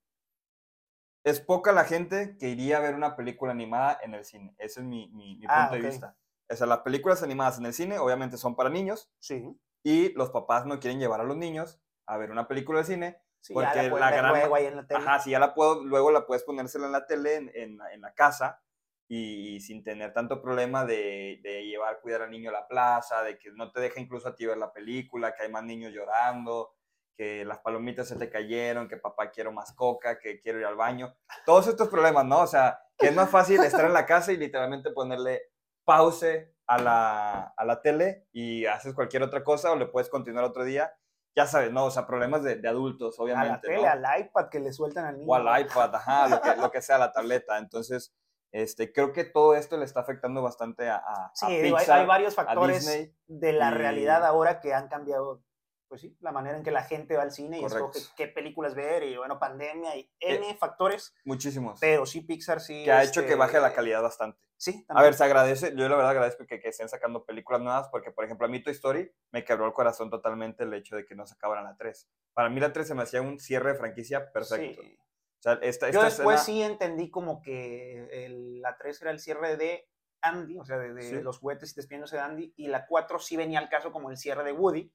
[SPEAKER 1] es poca la gente que iría a ver una película animada en el cine. Ese es mi, mi- mi punto
[SPEAKER 2] Ah, ok.
[SPEAKER 1] de vista. O sea, las películas animadas en el cine obviamente son para niños
[SPEAKER 2] Sí.
[SPEAKER 1] y los papás no quieren llevar a los niños a ver una película de cine.
[SPEAKER 2] Sí,
[SPEAKER 1] Porque
[SPEAKER 2] ya la, pueden
[SPEAKER 1] la
[SPEAKER 2] ver
[SPEAKER 1] gran ma-
[SPEAKER 2] luego ahí en la tele.
[SPEAKER 1] Ajá, si ya la puedo, luego la puedes ponérsela en la tele, en, en la- en la casa, y, sin tener tanto problema de, de llevar, cuidar al niño a la plaza, de que no te deja incluso a ti ver la película, que hay más niños llorando, que las palomitas se te cayeron, que papá quiero más coca, que quiero ir al baño. Todos estos problemas, ¿no? O sea, que es más fácil estar en la casa y literalmente ponerle pause a la, a la tele y haces cualquier otra cosa o le puedes continuar otro día. Ya sabes, ¿no? O sea, problemas de, de adultos,
[SPEAKER 2] a
[SPEAKER 1] obviamente.
[SPEAKER 2] la tele,
[SPEAKER 1] ¿no?
[SPEAKER 2] al iPad que le sueltan al niño.
[SPEAKER 1] o al iPad, ajá, lo que, lo que sea, la tableta. Entonces, este, creo que todo esto le está afectando bastante a, a, a
[SPEAKER 2] Sí, digo, hay-
[SPEAKER 1] Pixar,
[SPEAKER 2] hay, varios
[SPEAKER 1] a
[SPEAKER 2] factores
[SPEAKER 1] Disney.
[SPEAKER 2] de la
[SPEAKER 1] y-
[SPEAKER 2] realidad ahora que han cambiado pues sí, la manera en que la gente va al cine
[SPEAKER 1] Correcto.
[SPEAKER 2] y escoge qué películas ver y bueno, pandemia y N
[SPEAKER 1] Eh,
[SPEAKER 2] factores,
[SPEAKER 1] Muchísimos. Que
[SPEAKER 2] pero sí Pixar sí.
[SPEAKER 1] ha hecho
[SPEAKER 2] este,
[SPEAKER 1] que baje la calidad bastante.
[SPEAKER 2] Sí,
[SPEAKER 1] A
[SPEAKER 2] también.
[SPEAKER 1] ver, se agradece, yo la verdad agradezco que, que estén sacando películas nuevas, porque por ejemplo a mí Toy Story me quebró el corazón totalmente el hecho de que no sacaran la 3. Para mí la 3 se me hacía un cierre de franquicia perfecto.
[SPEAKER 2] sí.
[SPEAKER 1] O sea, esta,
[SPEAKER 2] Yo
[SPEAKER 1] esta
[SPEAKER 2] después
[SPEAKER 1] escena-
[SPEAKER 2] sí entendí como que el- la 3 era el cierre de Andy, o sea, de, de
[SPEAKER 1] Sí.
[SPEAKER 2] los juguetes y despidiéndose de Andy, y la 4 sí venía al caso como el cierre de Woody,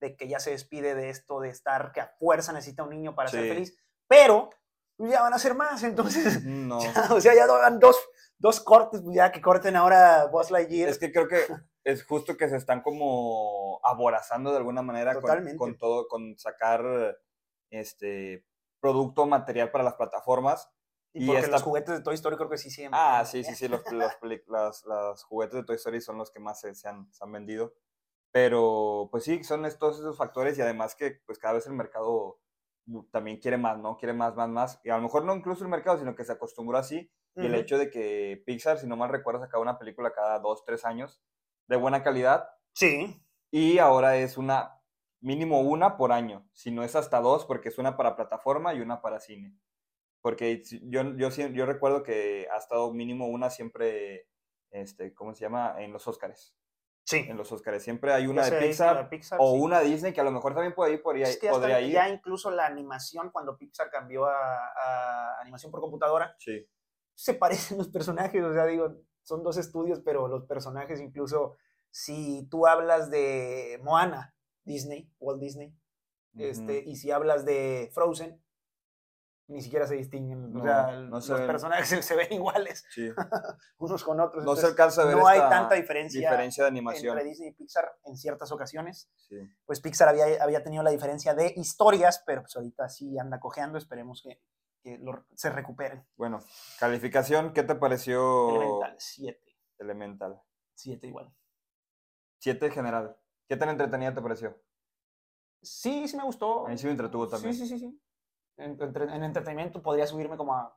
[SPEAKER 2] de que ya se despide de esto de estar, que a fuerza necesita un niño para ser
[SPEAKER 1] Sí.
[SPEAKER 2] feliz, pero pues, ya van a ser más, entonces,
[SPEAKER 1] No.
[SPEAKER 2] o sea, ya van dos, dos cortes, pues ya que corten ahora Buzz Lightyear.
[SPEAKER 1] Es que creo que es justo que se están como aborazando de alguna manera con-
[SPEAKER 2] Totalmente.
[SPEAKER 1] con, todo, con sacar este producto material para las plataformas.
[SPEAKER 2] y
[SPEAKER 1] y
[SPEAKER 2] porque
[SPEAKER 1] esta-
[SPEAKER 2] los juguetes de Toy Story creo que sí siempre.
[SPEAKER 1] Ah, sí, sí, sí, los, los, peli- las- las juguetes de Toy Story son los que más se, se han, se han vendido. Pero, pues sí, son es- todos esos factores y además que pues cada vez el mercado mm, también quiere más, ¿no? Quiere más, más, más. Y a lo mejor no incluso el mercado, sino que se acostumbró así. Y el
[SPEAKER 2] Ujú.
[SPEAKER 1] hecho de que Pixar, si no mal recuerdo, sacaba una película cada dos, tres años de buena calidad
[SPEAKER 2] Sí,
[SPEAKER 1] y ahora es una, mínimo una por año, si no es hasta dos, porque es una para plataforma y una para cine. Porque si- yo, yo, siem- yo recuerdo que ha estado mínimo una siempre, este, ¿cómo se llama? En los Óscares.
[SPEAKER 2] sí.
[SPEAKER 1] En los Óscares siempre hay una de
[SPEAKER 2] Ya sea Disney
[SPEAKER 1] Pixar,
[SPEAKER 2] o de Pixar,
[SPEAKER 1] o
[SPEAKER 2] sí.
[SPEAKER 1] una Disney que a lo mejor también puede ir, podría,
[SPEAKER 2] Es que ya,
[SPEAKER 1] podría
[SPEAKER 2] está-
[SPEAKER 1] ir.
[SPEAKER 2] ya incluso la animación, cuando Pixar cambió a, a animación por computadora,
[SPEAKER 1] Sí.
[SPEAKER 2] se parecen los personajes, o sea, digo, son dos estudios, pero los personajes incluso, si tú hablas de Moana, Disney, Walt Disney, este,
[SPEAKER 1] Ujú.
[SPEAKER 2] y si hablas de Frozen, ni siquiera se distinguen, o
[SPEAKER 1] No,
[SPEAKER 2] sea,
[SPEAKER 1] no se
[SPEAKER 2] los
[SPEAKER 1] ven.
[SPEAKER 2] personajes se ven iguales
[SPEAKER 1] Sí.
[SPEAKER 2] unos con otros.
[SPEAKER 1] No se
[SPEAKER 2] entonces,
[SPEAKER 1] alcanza a ver
[SPEAKER 2] no hay
[SPEAKER 1] esta
[SPEAKER 2] tanta diferencia,
[SPEAKER 1] diferencia de animación.
[SPEAKER 2] entre Disney y Pixar en ciertas ocasiones
[SPEAKER 1] Sí.
[SPEAKER 2] pues Pixar había, había tenido la diferencia de historias, pero pues ahorita sí anda cojeando, esperemos que, que lo- se recuperen.
[SPEAKER 1] Bueno, calificación, ¿qué te pareció
[SPEAKER 2] Elemental, 7,
[SPEAKER 1] Elemental?
[SPEAKER 2] 7 igual.
[SPEAKER 1] Siete en general. ¿Qué tan entretenida te pareció?
[SPEAKER 2] Sí, sí me gustó.
[SPEAKER 1] A mí sí me entretuvo también.
[SPEAKER 2] Sí, sí, sí. sí. En, entre- en entretenimiento podría subirme como a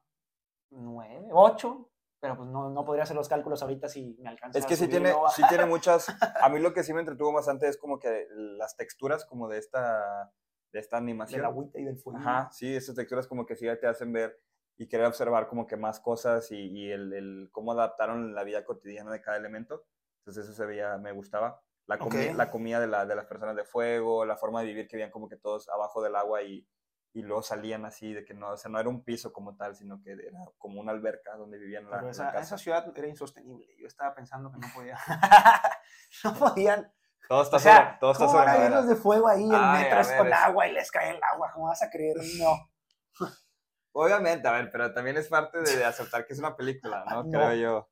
[SPEAKER 2] 9, 8, pero pues no, no podría hacer los cálculos ahorita si me alcanza.
[SPEAKER 1] Es
[SPEAKER 2] a
[SPEAKER 1] que sí tiene,
[SPEAKER 2] subirlo a-
[SPEAKER 1] sí tiene muchas. A mí lo que sí me entretuvo bastante es como que las texturas como de esta, de esta
[SPEAKER 2] de la
[SPEAKER 1] animación.
[SPEAKER 2] agüita y del fuego.
[SPEAKER 1] Ajá, sí, esas texturas como que sí te hacen ver y querer observar como que más cosas y, y el, el cómo adaptaron la vida cotidiana de cada elemento. Entonces eso se veía, me gustaba. La, comi-
[SPEAKER 2] Ok.
[SPEAKER 1] la comida de, la, de las personas de fuego, la forma de vivir que veían como que todos abajo del agua y, y luego salían así, de que no, o sea, no era un piso como tal, sino que era como una alberca donde vivían la,
[SPEAKER 2] Pero
[SPEAKER 1] la
[SPEAKER 2] esa,
[SPEAKER 1] Ah, casa.
[SPEAKER 2] esa ciudad era insostenible. Yo estaba pensando que no podía. no podían.
[SPEAKER 1] Todo está
[SPEAKER 2] O sea,
[SPEAKER 1] sobre, todo está
[SPEAKER 2] ¿Cómo
[SPEAKER 1] sobre
[SPEAKER 2] van a ver
[SPEAKER 1] madera.
[SPEAKER 2] los de fuego ahí en
[SPEAKER 1] Ay, a
[SPEAKER 2] metros
[SPEAKER 1] ver,
[SPEAKER 2] con
[SPEAKER 1] es-
[SPEAKER 2] agua y les cae el agua? ¿Cómo vas a creer? No.
[SPEAKER 1] Obviamente, a ver, pero también es parte de de aceptar que es una película, Ah, ¿no?
[SPEAKER 2] No.
[SPEAKER 1] Creo yo.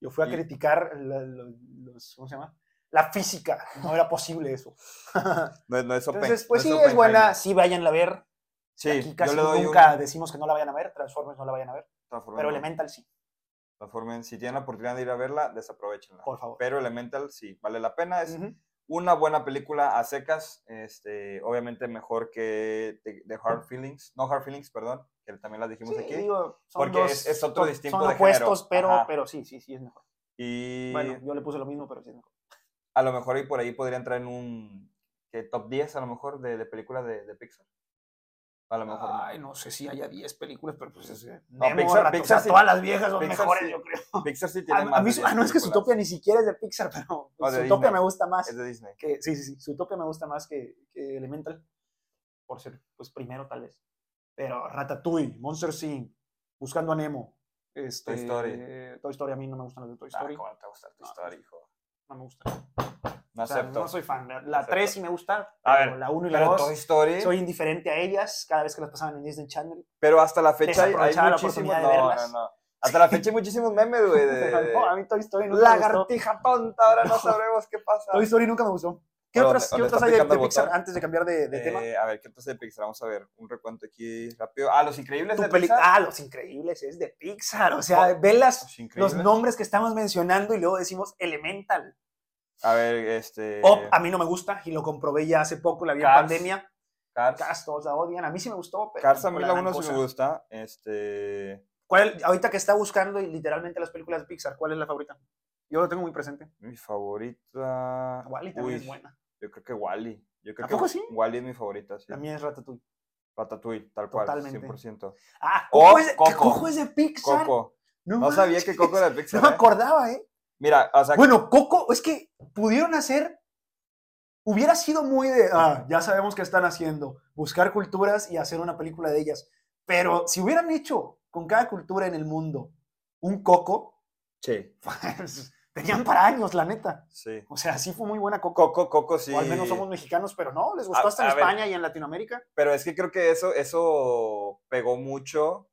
[SPEAKER 2] Yo fui a
[SPEAKER 1] Y-
[SPEAKER 2] criticar la, lo- los- ¿cómo se llama? La física. No era posible eso.
[SPEAKER 1] No, es- no es Oppen-
[SPEAKER 2] Entonces,
[SPEAKER 1] no
[SPEAKER 2] pues sí, es
[SPEAKER 1] Oppenheimer.
[SPEAKER 2] buena. Sí, vayan a ver.
[SPEAKER 1] Sí,
[SPEAKER 2] Aquí casi
[SPEAKER 1] yo le doy
[SPEAKER 2] nunca
[SPEAKER 1] un
[SPEAKER 2] decimos que no la vayan a ver. Transformers no la vayan a ver.
[SPEAKER 1] Transformen,
[SPEAKER 2] Pero
[SPEAKER 1] ¿no?
[SPEAKER 2] Elemental sí,
[SPEAKER 1] Transformen. Si tienen la oportunidad de ir a verla, desaprovechenla.
[SPEAKER 2] por favor.
[SPEAKER 1] Pero Elemental sí, vale la pena. Es
[SPEAKER 2] Ujú.
[SPEAKER 1] una buena película a secas. Este, obviamente mejor que The, The Hard Feelings. No Hard Feelings, perdón, que también las dijimos
[SPEAKER 2] Sí,
[SPEAKER 1] aquí.
[SPEAKER 2] digo, son
[SPEAKER 1] porque
[SPEAKER 2] dos-
[SPEAKER 1] es- es otro
[SPEAKER 2] son-
[SPEAKER 1] distinto
[SPEAKER 2] Son
[SPEAKER 1] de
[SPEAKER 2] opuestos,
[SPEAKER 1] género.
[SPEAKER 2] pero,
[SPEAKER 1] Ajá.
[SPEAKER 2] pero sí, sí, sí es mejor.
[SPEAKER 1] y
[SPEAKER 2] Bueno, yo le puse lo mismo, pero sí es mejor.
[SPEAKER 1] a lo mejor y por ahí podría entrar en un ¿qué? top 10 a lo mejor de, de películas de, de Pixar. A lo mejor no.
[SPEAKER 2] Ay, no sé si haya 10 películas, pero pues es.
[SPEAKER 1] No,
[SPEAKER 2] Nemo,
[SPEAKER 1] Pixar-
[SPEAKER 2] Rato- o
[SPEAKER 1] Pixar
[SPEAKER 2] sea,
[SPEAKER 1] sí.
[SPEAKER 2] todas las viejas son
[SPEAKER 1] Pixar
[SPEAKER 2] mejores,
[SPEAKER 1] sí.
[SPEAKER 2] yo creo.
[SPEAKER 1] Pixar sí tiene
[SPEAKER 2] A,
[SPEAKER 1] más.
[SPEAKER 2] a mí,
[SPEAKER 1] de
[SPEAKER 2] su-
[SPEAKER 1] 10
[SPEAKER 2] ah, no, es que
[SPEAKER 1] películas.
[SPEAKER 2] Zootopia ni siquiera es de Pixar, pero
[SPEAKER 1] O de
[SPEAKER 2] Zootopia
[SPEAKER 1] Disney.
[SPEAKER 2] me gusta más.
[SPEAKER 1] Es de Disney.
[SPEAKER 2] que, sí, sí, sí, Zootopia me gusta más que, que Elemental, por ser pues primero tal vez. Pero Ratatouille, Monster Inc., Buscando a Nemo, este,
[SPEAKER 1] Story.
[SPEAKER 2] Toy Story, a mí no me gustan las de Toy
[SPEAKER 1] Ah,
[SPEAKER 2] Story,
[SPEAKER 1] ¿cómo te va a gustar tu
[SPEAKER 2] No,
[SPEAKER 1] historia,
[SPEAKER 2] pues-
[SPEAKER 1] hijo?
[SPEAKER 2] no me gustan.
[SPEAKER 1] No
[SPEAKER 2] O sea,
[SPEAKER 1] acepto.
[SPEAKER 2] no soy fan. La- La
[SPEAKER 1] Acepto.
[SPEAKER 2] 3 sí me gusta,
[SPEAKER 1] A
[SPEAKER 2] pero
[SPEAKER 1] ver,
[SPEAKER 2] la 1 y la
[SPEAKER 1] pero Toy
[SPEAKER 2] 2
[SPEAKER 1] Story,
[SPEAKER 2] soy indiferente a ellas cada vez que las pasaban en Disney Channel.
[SPEAKER 1] pero hasta la fecha hay, hay
[SPEAKER 2] desaprovechaba la
[SPEAKER 1] muchísimos.
[SPEAKER 2] oportunidad de
[SPEAKER 1] no,
[SPEAKER 2] verlas.
[SPEAKER 1] no, no. Hasta la fecha hay muchísimos memes, güey. de- de-
[SPEAKER 2] No, a mí Toy Story no me gustó.
[SPEAKER 1] Eh, Lagartija tonta, ahora no
[SPEAKER 2] No.
[SPEAKER 1] sabremos qué pasa.
[SPEAKER 2] Toy Story nunca me gustó. ¿Qué
[SPEAKER 1] Pero donde-
[SPEAKER 2] otras, ¿qué
[SPEAKER 1] donde
[SPEAKER 2] otras
[SPEAKER 1] está
[SPEAKER 2] hay de,
[SPEAKER 1] picando
[SPEAKER 2] de
[SPEAKER 1] el
[SPEAKER 2] Pixar
[SPEAKER 1] botón.
[SPEAKER 2] antes de cambiar de, de tema?
[SPEAKER 1] Eh, a ver, ¿qué pasa de Pixar? Vamos a ver, un recuento aquí rápido. Ah, Los Increíbles
[SPEAKER 2] Tu
[SPEAKER 1] de
[SPEAKER 2] peli-
[SPEAKER 1] Pixar.
[SPEAKER 2] Ah, Los Increíbles es de Pixar. O sea,
[SPEAKER 1] Oh,
[SPEAKER 2] ve las-
[SPEAKER 1] Los
[SPEAKER 2] los
[SPEAKER 1] Increíbles.
[SPEAKER 2] nombres que estamos mencionando y luego decimos Elemental.
[SPEAKER 1] A ver, este...
[SPEAKER 2] Op, a mí no me gusta y lo comprobé ya hace poco, la vi en
[SPEAKER 1] Cars.
[SPEAKER 2] pandemia.
[SPEAKER 1] Cars.
[SPEAKER 2] Cars, todos la odian. A mí sí me gustó. Pero
[SPEAKER 1] Cars a
[SPEAKER 2] tampoco
[SPEAKER 1] mí la
[SPEAKER 2] gran
[SPEAKER 1] 1 sí
[SPEAKER 2] cosa.
[SPEAKER 1] me gusta. Este...
[SPEAKER 2] ¿Cuál- ahorita que está buscando y literalmente las películas de Pixar, ¿cuál es la favorita? Yo lo tengo muy presente.
[SPEAKER 1] Mi favorita...
[SPEAKER 2] Wally
[SPEAKER 1] Uy,
[SPEAKER 2] Ah, también es buena.
[SPEAKER 1] Yo creo que Wally. Yo creo
[SPEAKER 2] ¿A poco
[SPEAKER 1] que
[SPEAKER 2] sí?
[SPEAKER 1] Wally es mi favorita, sí.
[SPEAKER 2] También es Ratatouille.
[SPEAKER 1] Ratatouille, tal cual,
[SPEAKER 2] Totalmente.
[SPEAKER 1] 100%.
[SPEAKER 2] Ah,
[SPEAKER 1] O
[SPEAKER 2] Coco, es, de,
[SPEAKER 1] Coco.
[SPEAKER 2] Coco es de Pixar.
[SPEAKER 1] Coco. No
[SPEAKER 2] manches.
[SPEAKER 1] sabía que Coco era de
[SPEAKER 2] No
[SPEAKER 1] Pixar.
[SPEAKER 2] me
[SPEAKER 1] ¿eh?
[SPEAKER 2] acordaba, ¿eh?
[SPEAKER 1] Mira, o sea,
[SPEAKER 2] Bueno, Coco, es que pudieron hacer. Hubiera sido muy de. Ah, ya sabemos qué están haciendo. Buscar culturas y hacer una película de ellas. Pero si hubieran hecho con cada cultura en el mundo un Coco,
[SPEAKER 1] sí.
[SPEAKER 2] pues, tenían para años, la neta.
[SPEAKER 1] sí.
[SPEAKER 2] O sea, sí fue muy buena Coco.
[SPEAKER 1] Coco, Coco sí.
[SPEAKER 2] O al menos somos mexicanos, pero no, les gustó
[SPEAKER 1] A-
[SPEAKER 2] hasta en
[SPEAKER 1] a ver.
[SPEAKER 2] España y en Latinoamérica.
[SPEAKER 1] Pero es que creo que eso, eso pegó mucho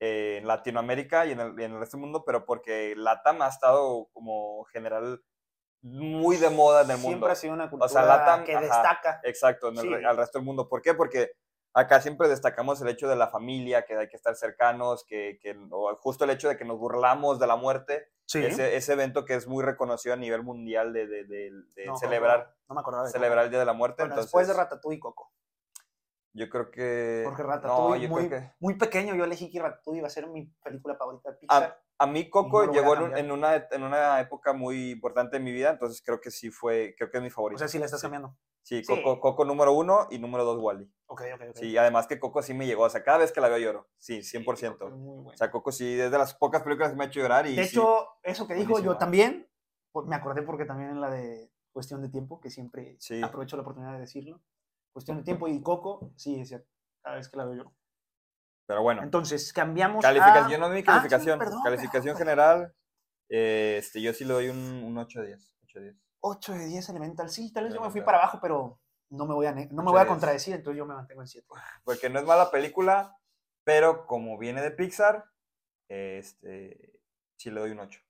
[SPEAKER 1] eh, en Latinoamérica y en el, y en el resto del mundo, pero porque Latam ha estado como general muy de moda en el mundo.
[SPEAKER 2] Siempre ha sido una cultura
[SPEAKER 1] Latam,
[SPEAKER 2] que
[SPEAKER 1] ajá.
[SPEAKER 2] destaca.
[SPEAKER 1] Exacto, en el
[SPEAKER 2] Sí.
[SPEAKER 1] re- al resto del mundo. ¿Por qué? Porque acá siempre destacamos el hecho de la familia, que hay que estar cercanos, que, que- o justo el hecho de que nos burlamos de la muerte.
[SPEAKER 2] Sí.
[SPEAKER 1] Ese, ese evento que es muy reconocido a nivel mundial de, de- de- de
[SPEAKER 2] No,
[SPEAKER 1] celebrar,
[SPEAKER 2] No me acordaba. de Coco.
[SPEAKER 1] celebrar el Día de la Muerte.
[SPEAKER 2] Bueno,
[SPEAKER 1] entonces,
[SPEAKER 2] después de Ratatouille y Coco.
[SPEAKER 1] yo creo que...
[SPEAKER 2] Porque
[SPEAKER 1] no,
[SPEAKER 2] Ratatouille,
[SPEAKER 1] yo creo
[SPEAKER 2] muy,
[SPEAKER 1] que-
[SPEAKER 2] muy pequeño, yo elegí que Ratatouille iba a ser mi película favorita de Pixar.
[SPEAKER 1] A, a mí Coco
[SPEAKER 2] no lo voy a
[SPEAKER 1] llegó en, un-
[SPEAKER 2] cambiar.
[SPEAKER 1] en una, en una época muy importante en mi vida, entonces creo que sí fue, creo que es mi favorito.
[SPEAKER 2] o sea, si la estás cambiando.
[SPEAKER 1] sí,
[SPEAKER 2] Ah, sí.
[SPEAKER 1] Coco, Coco número uno y número dos Wally.
[SPEAKER 2] Ok, ok, ok.
[SPEAKER 1] Sí, además que Coco sí me llegó, o sea, cada vez que la veo lloro, sí,
[SPEAKER 2] Sí,
[SPEAKER 1] 100%.
[SPEAKER 2] es muy buena.
[SPEAKER 1] O sea, Coco sí, es de las pocas películas que me ha hecho llorar y
[SPEAKER 2] de
[SPEAKER 1] sí,
[SPEAKER 2] hecho, eso que dijo yo
[SPEAKER 1] buenísima.
[SPEAKER 2] también, pues, me acordé porque también en la de Cuestión de Tiempo, que siempre
[SPEAKER 1] Sí.
[SPEAKER 2] aprovecho la oportunidad de decirlo. Cuestión de Tiempo y Coco, sí, es cierto. Cada vez que la veo yo.
[SPEAKER 1] pero bueno.
[SPEAKER 2] Entonces, cambiamos
[SPEAKER 1] Calificación,
[SPEAKER 2] a...
[SPEAKER 1] yo no di mi
[SPEAKER 2] Ah, sí,
[SPEAKER 1] calificación,
[SPEAKER 2] perdón,
[SPEAKER 1] calificación
[SPEAKER 2] perdón.
[SPEAKER 1] general, eh, este, yo sí le doy un, un 8 de 10, 8 de 10.
[SPEAKER 2] 8 de 10 Elemental. Sí, tal vez yo me fui
[SPEAKER 1] Elemental.
[SPEAKER 2] para abajo, pero no me voy a, ne- no me
[SPEAKER 1] Ocho
[SPEAKER 2] voy a
[SPEAKER 1] de diez.
[SPEAKER 2] contradecir, entonces yo me mantengo en 7.
[SPEAKER 1] porque no es mala película, pero como viene de Pixar, este, sí le doy un 8.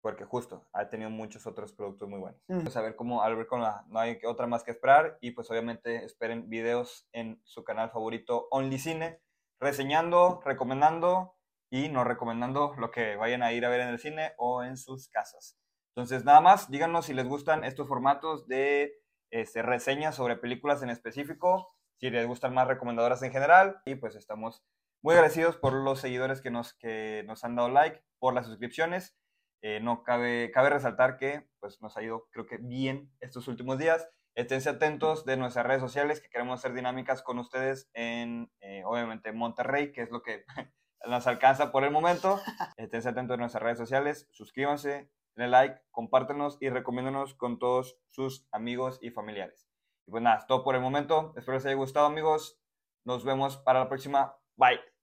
[SPEAKER 1] Porque justo, ha tenido muchos otros productos muy buenos.
[SPEAKER 2] Ujú.
[SPEAKER 1] Pues a ver cómo Albert con la... No hay otra más que esperar. Y pues obviamente esperen videos en su canal favorito Only Cine, reseñando, recomendando y no recomendando lo que vayan a ir a ver en el cine o en sus casas. Entonces nada más, díganos si les gustan estos formatos de este, reseñas sobre películas en específico si les gustan más recomendadoras en general. Y pues estamos muy agradecidos por los seguidores que nos, que nos han dado like, por las suscripciones. Eh, no cabe, cabe resaltar que pues, nos ha ido, creo que bien estos últimos días. Esténse atentos de nuestras redes sociales, que queremos hacer dinámicas con ustedes en, eh, obviamente, Monterrey, que es lo que nos alcanza por el momento. Esténse atentos de nuestras redes sociales, suscríbanse, denle like, compártenos y recomiéndanos con todos sus amigos y familiares. Y pues nada, es todo por el momento. Espero les haya gustado, amigos. Nos vemos para la próxima. Bye.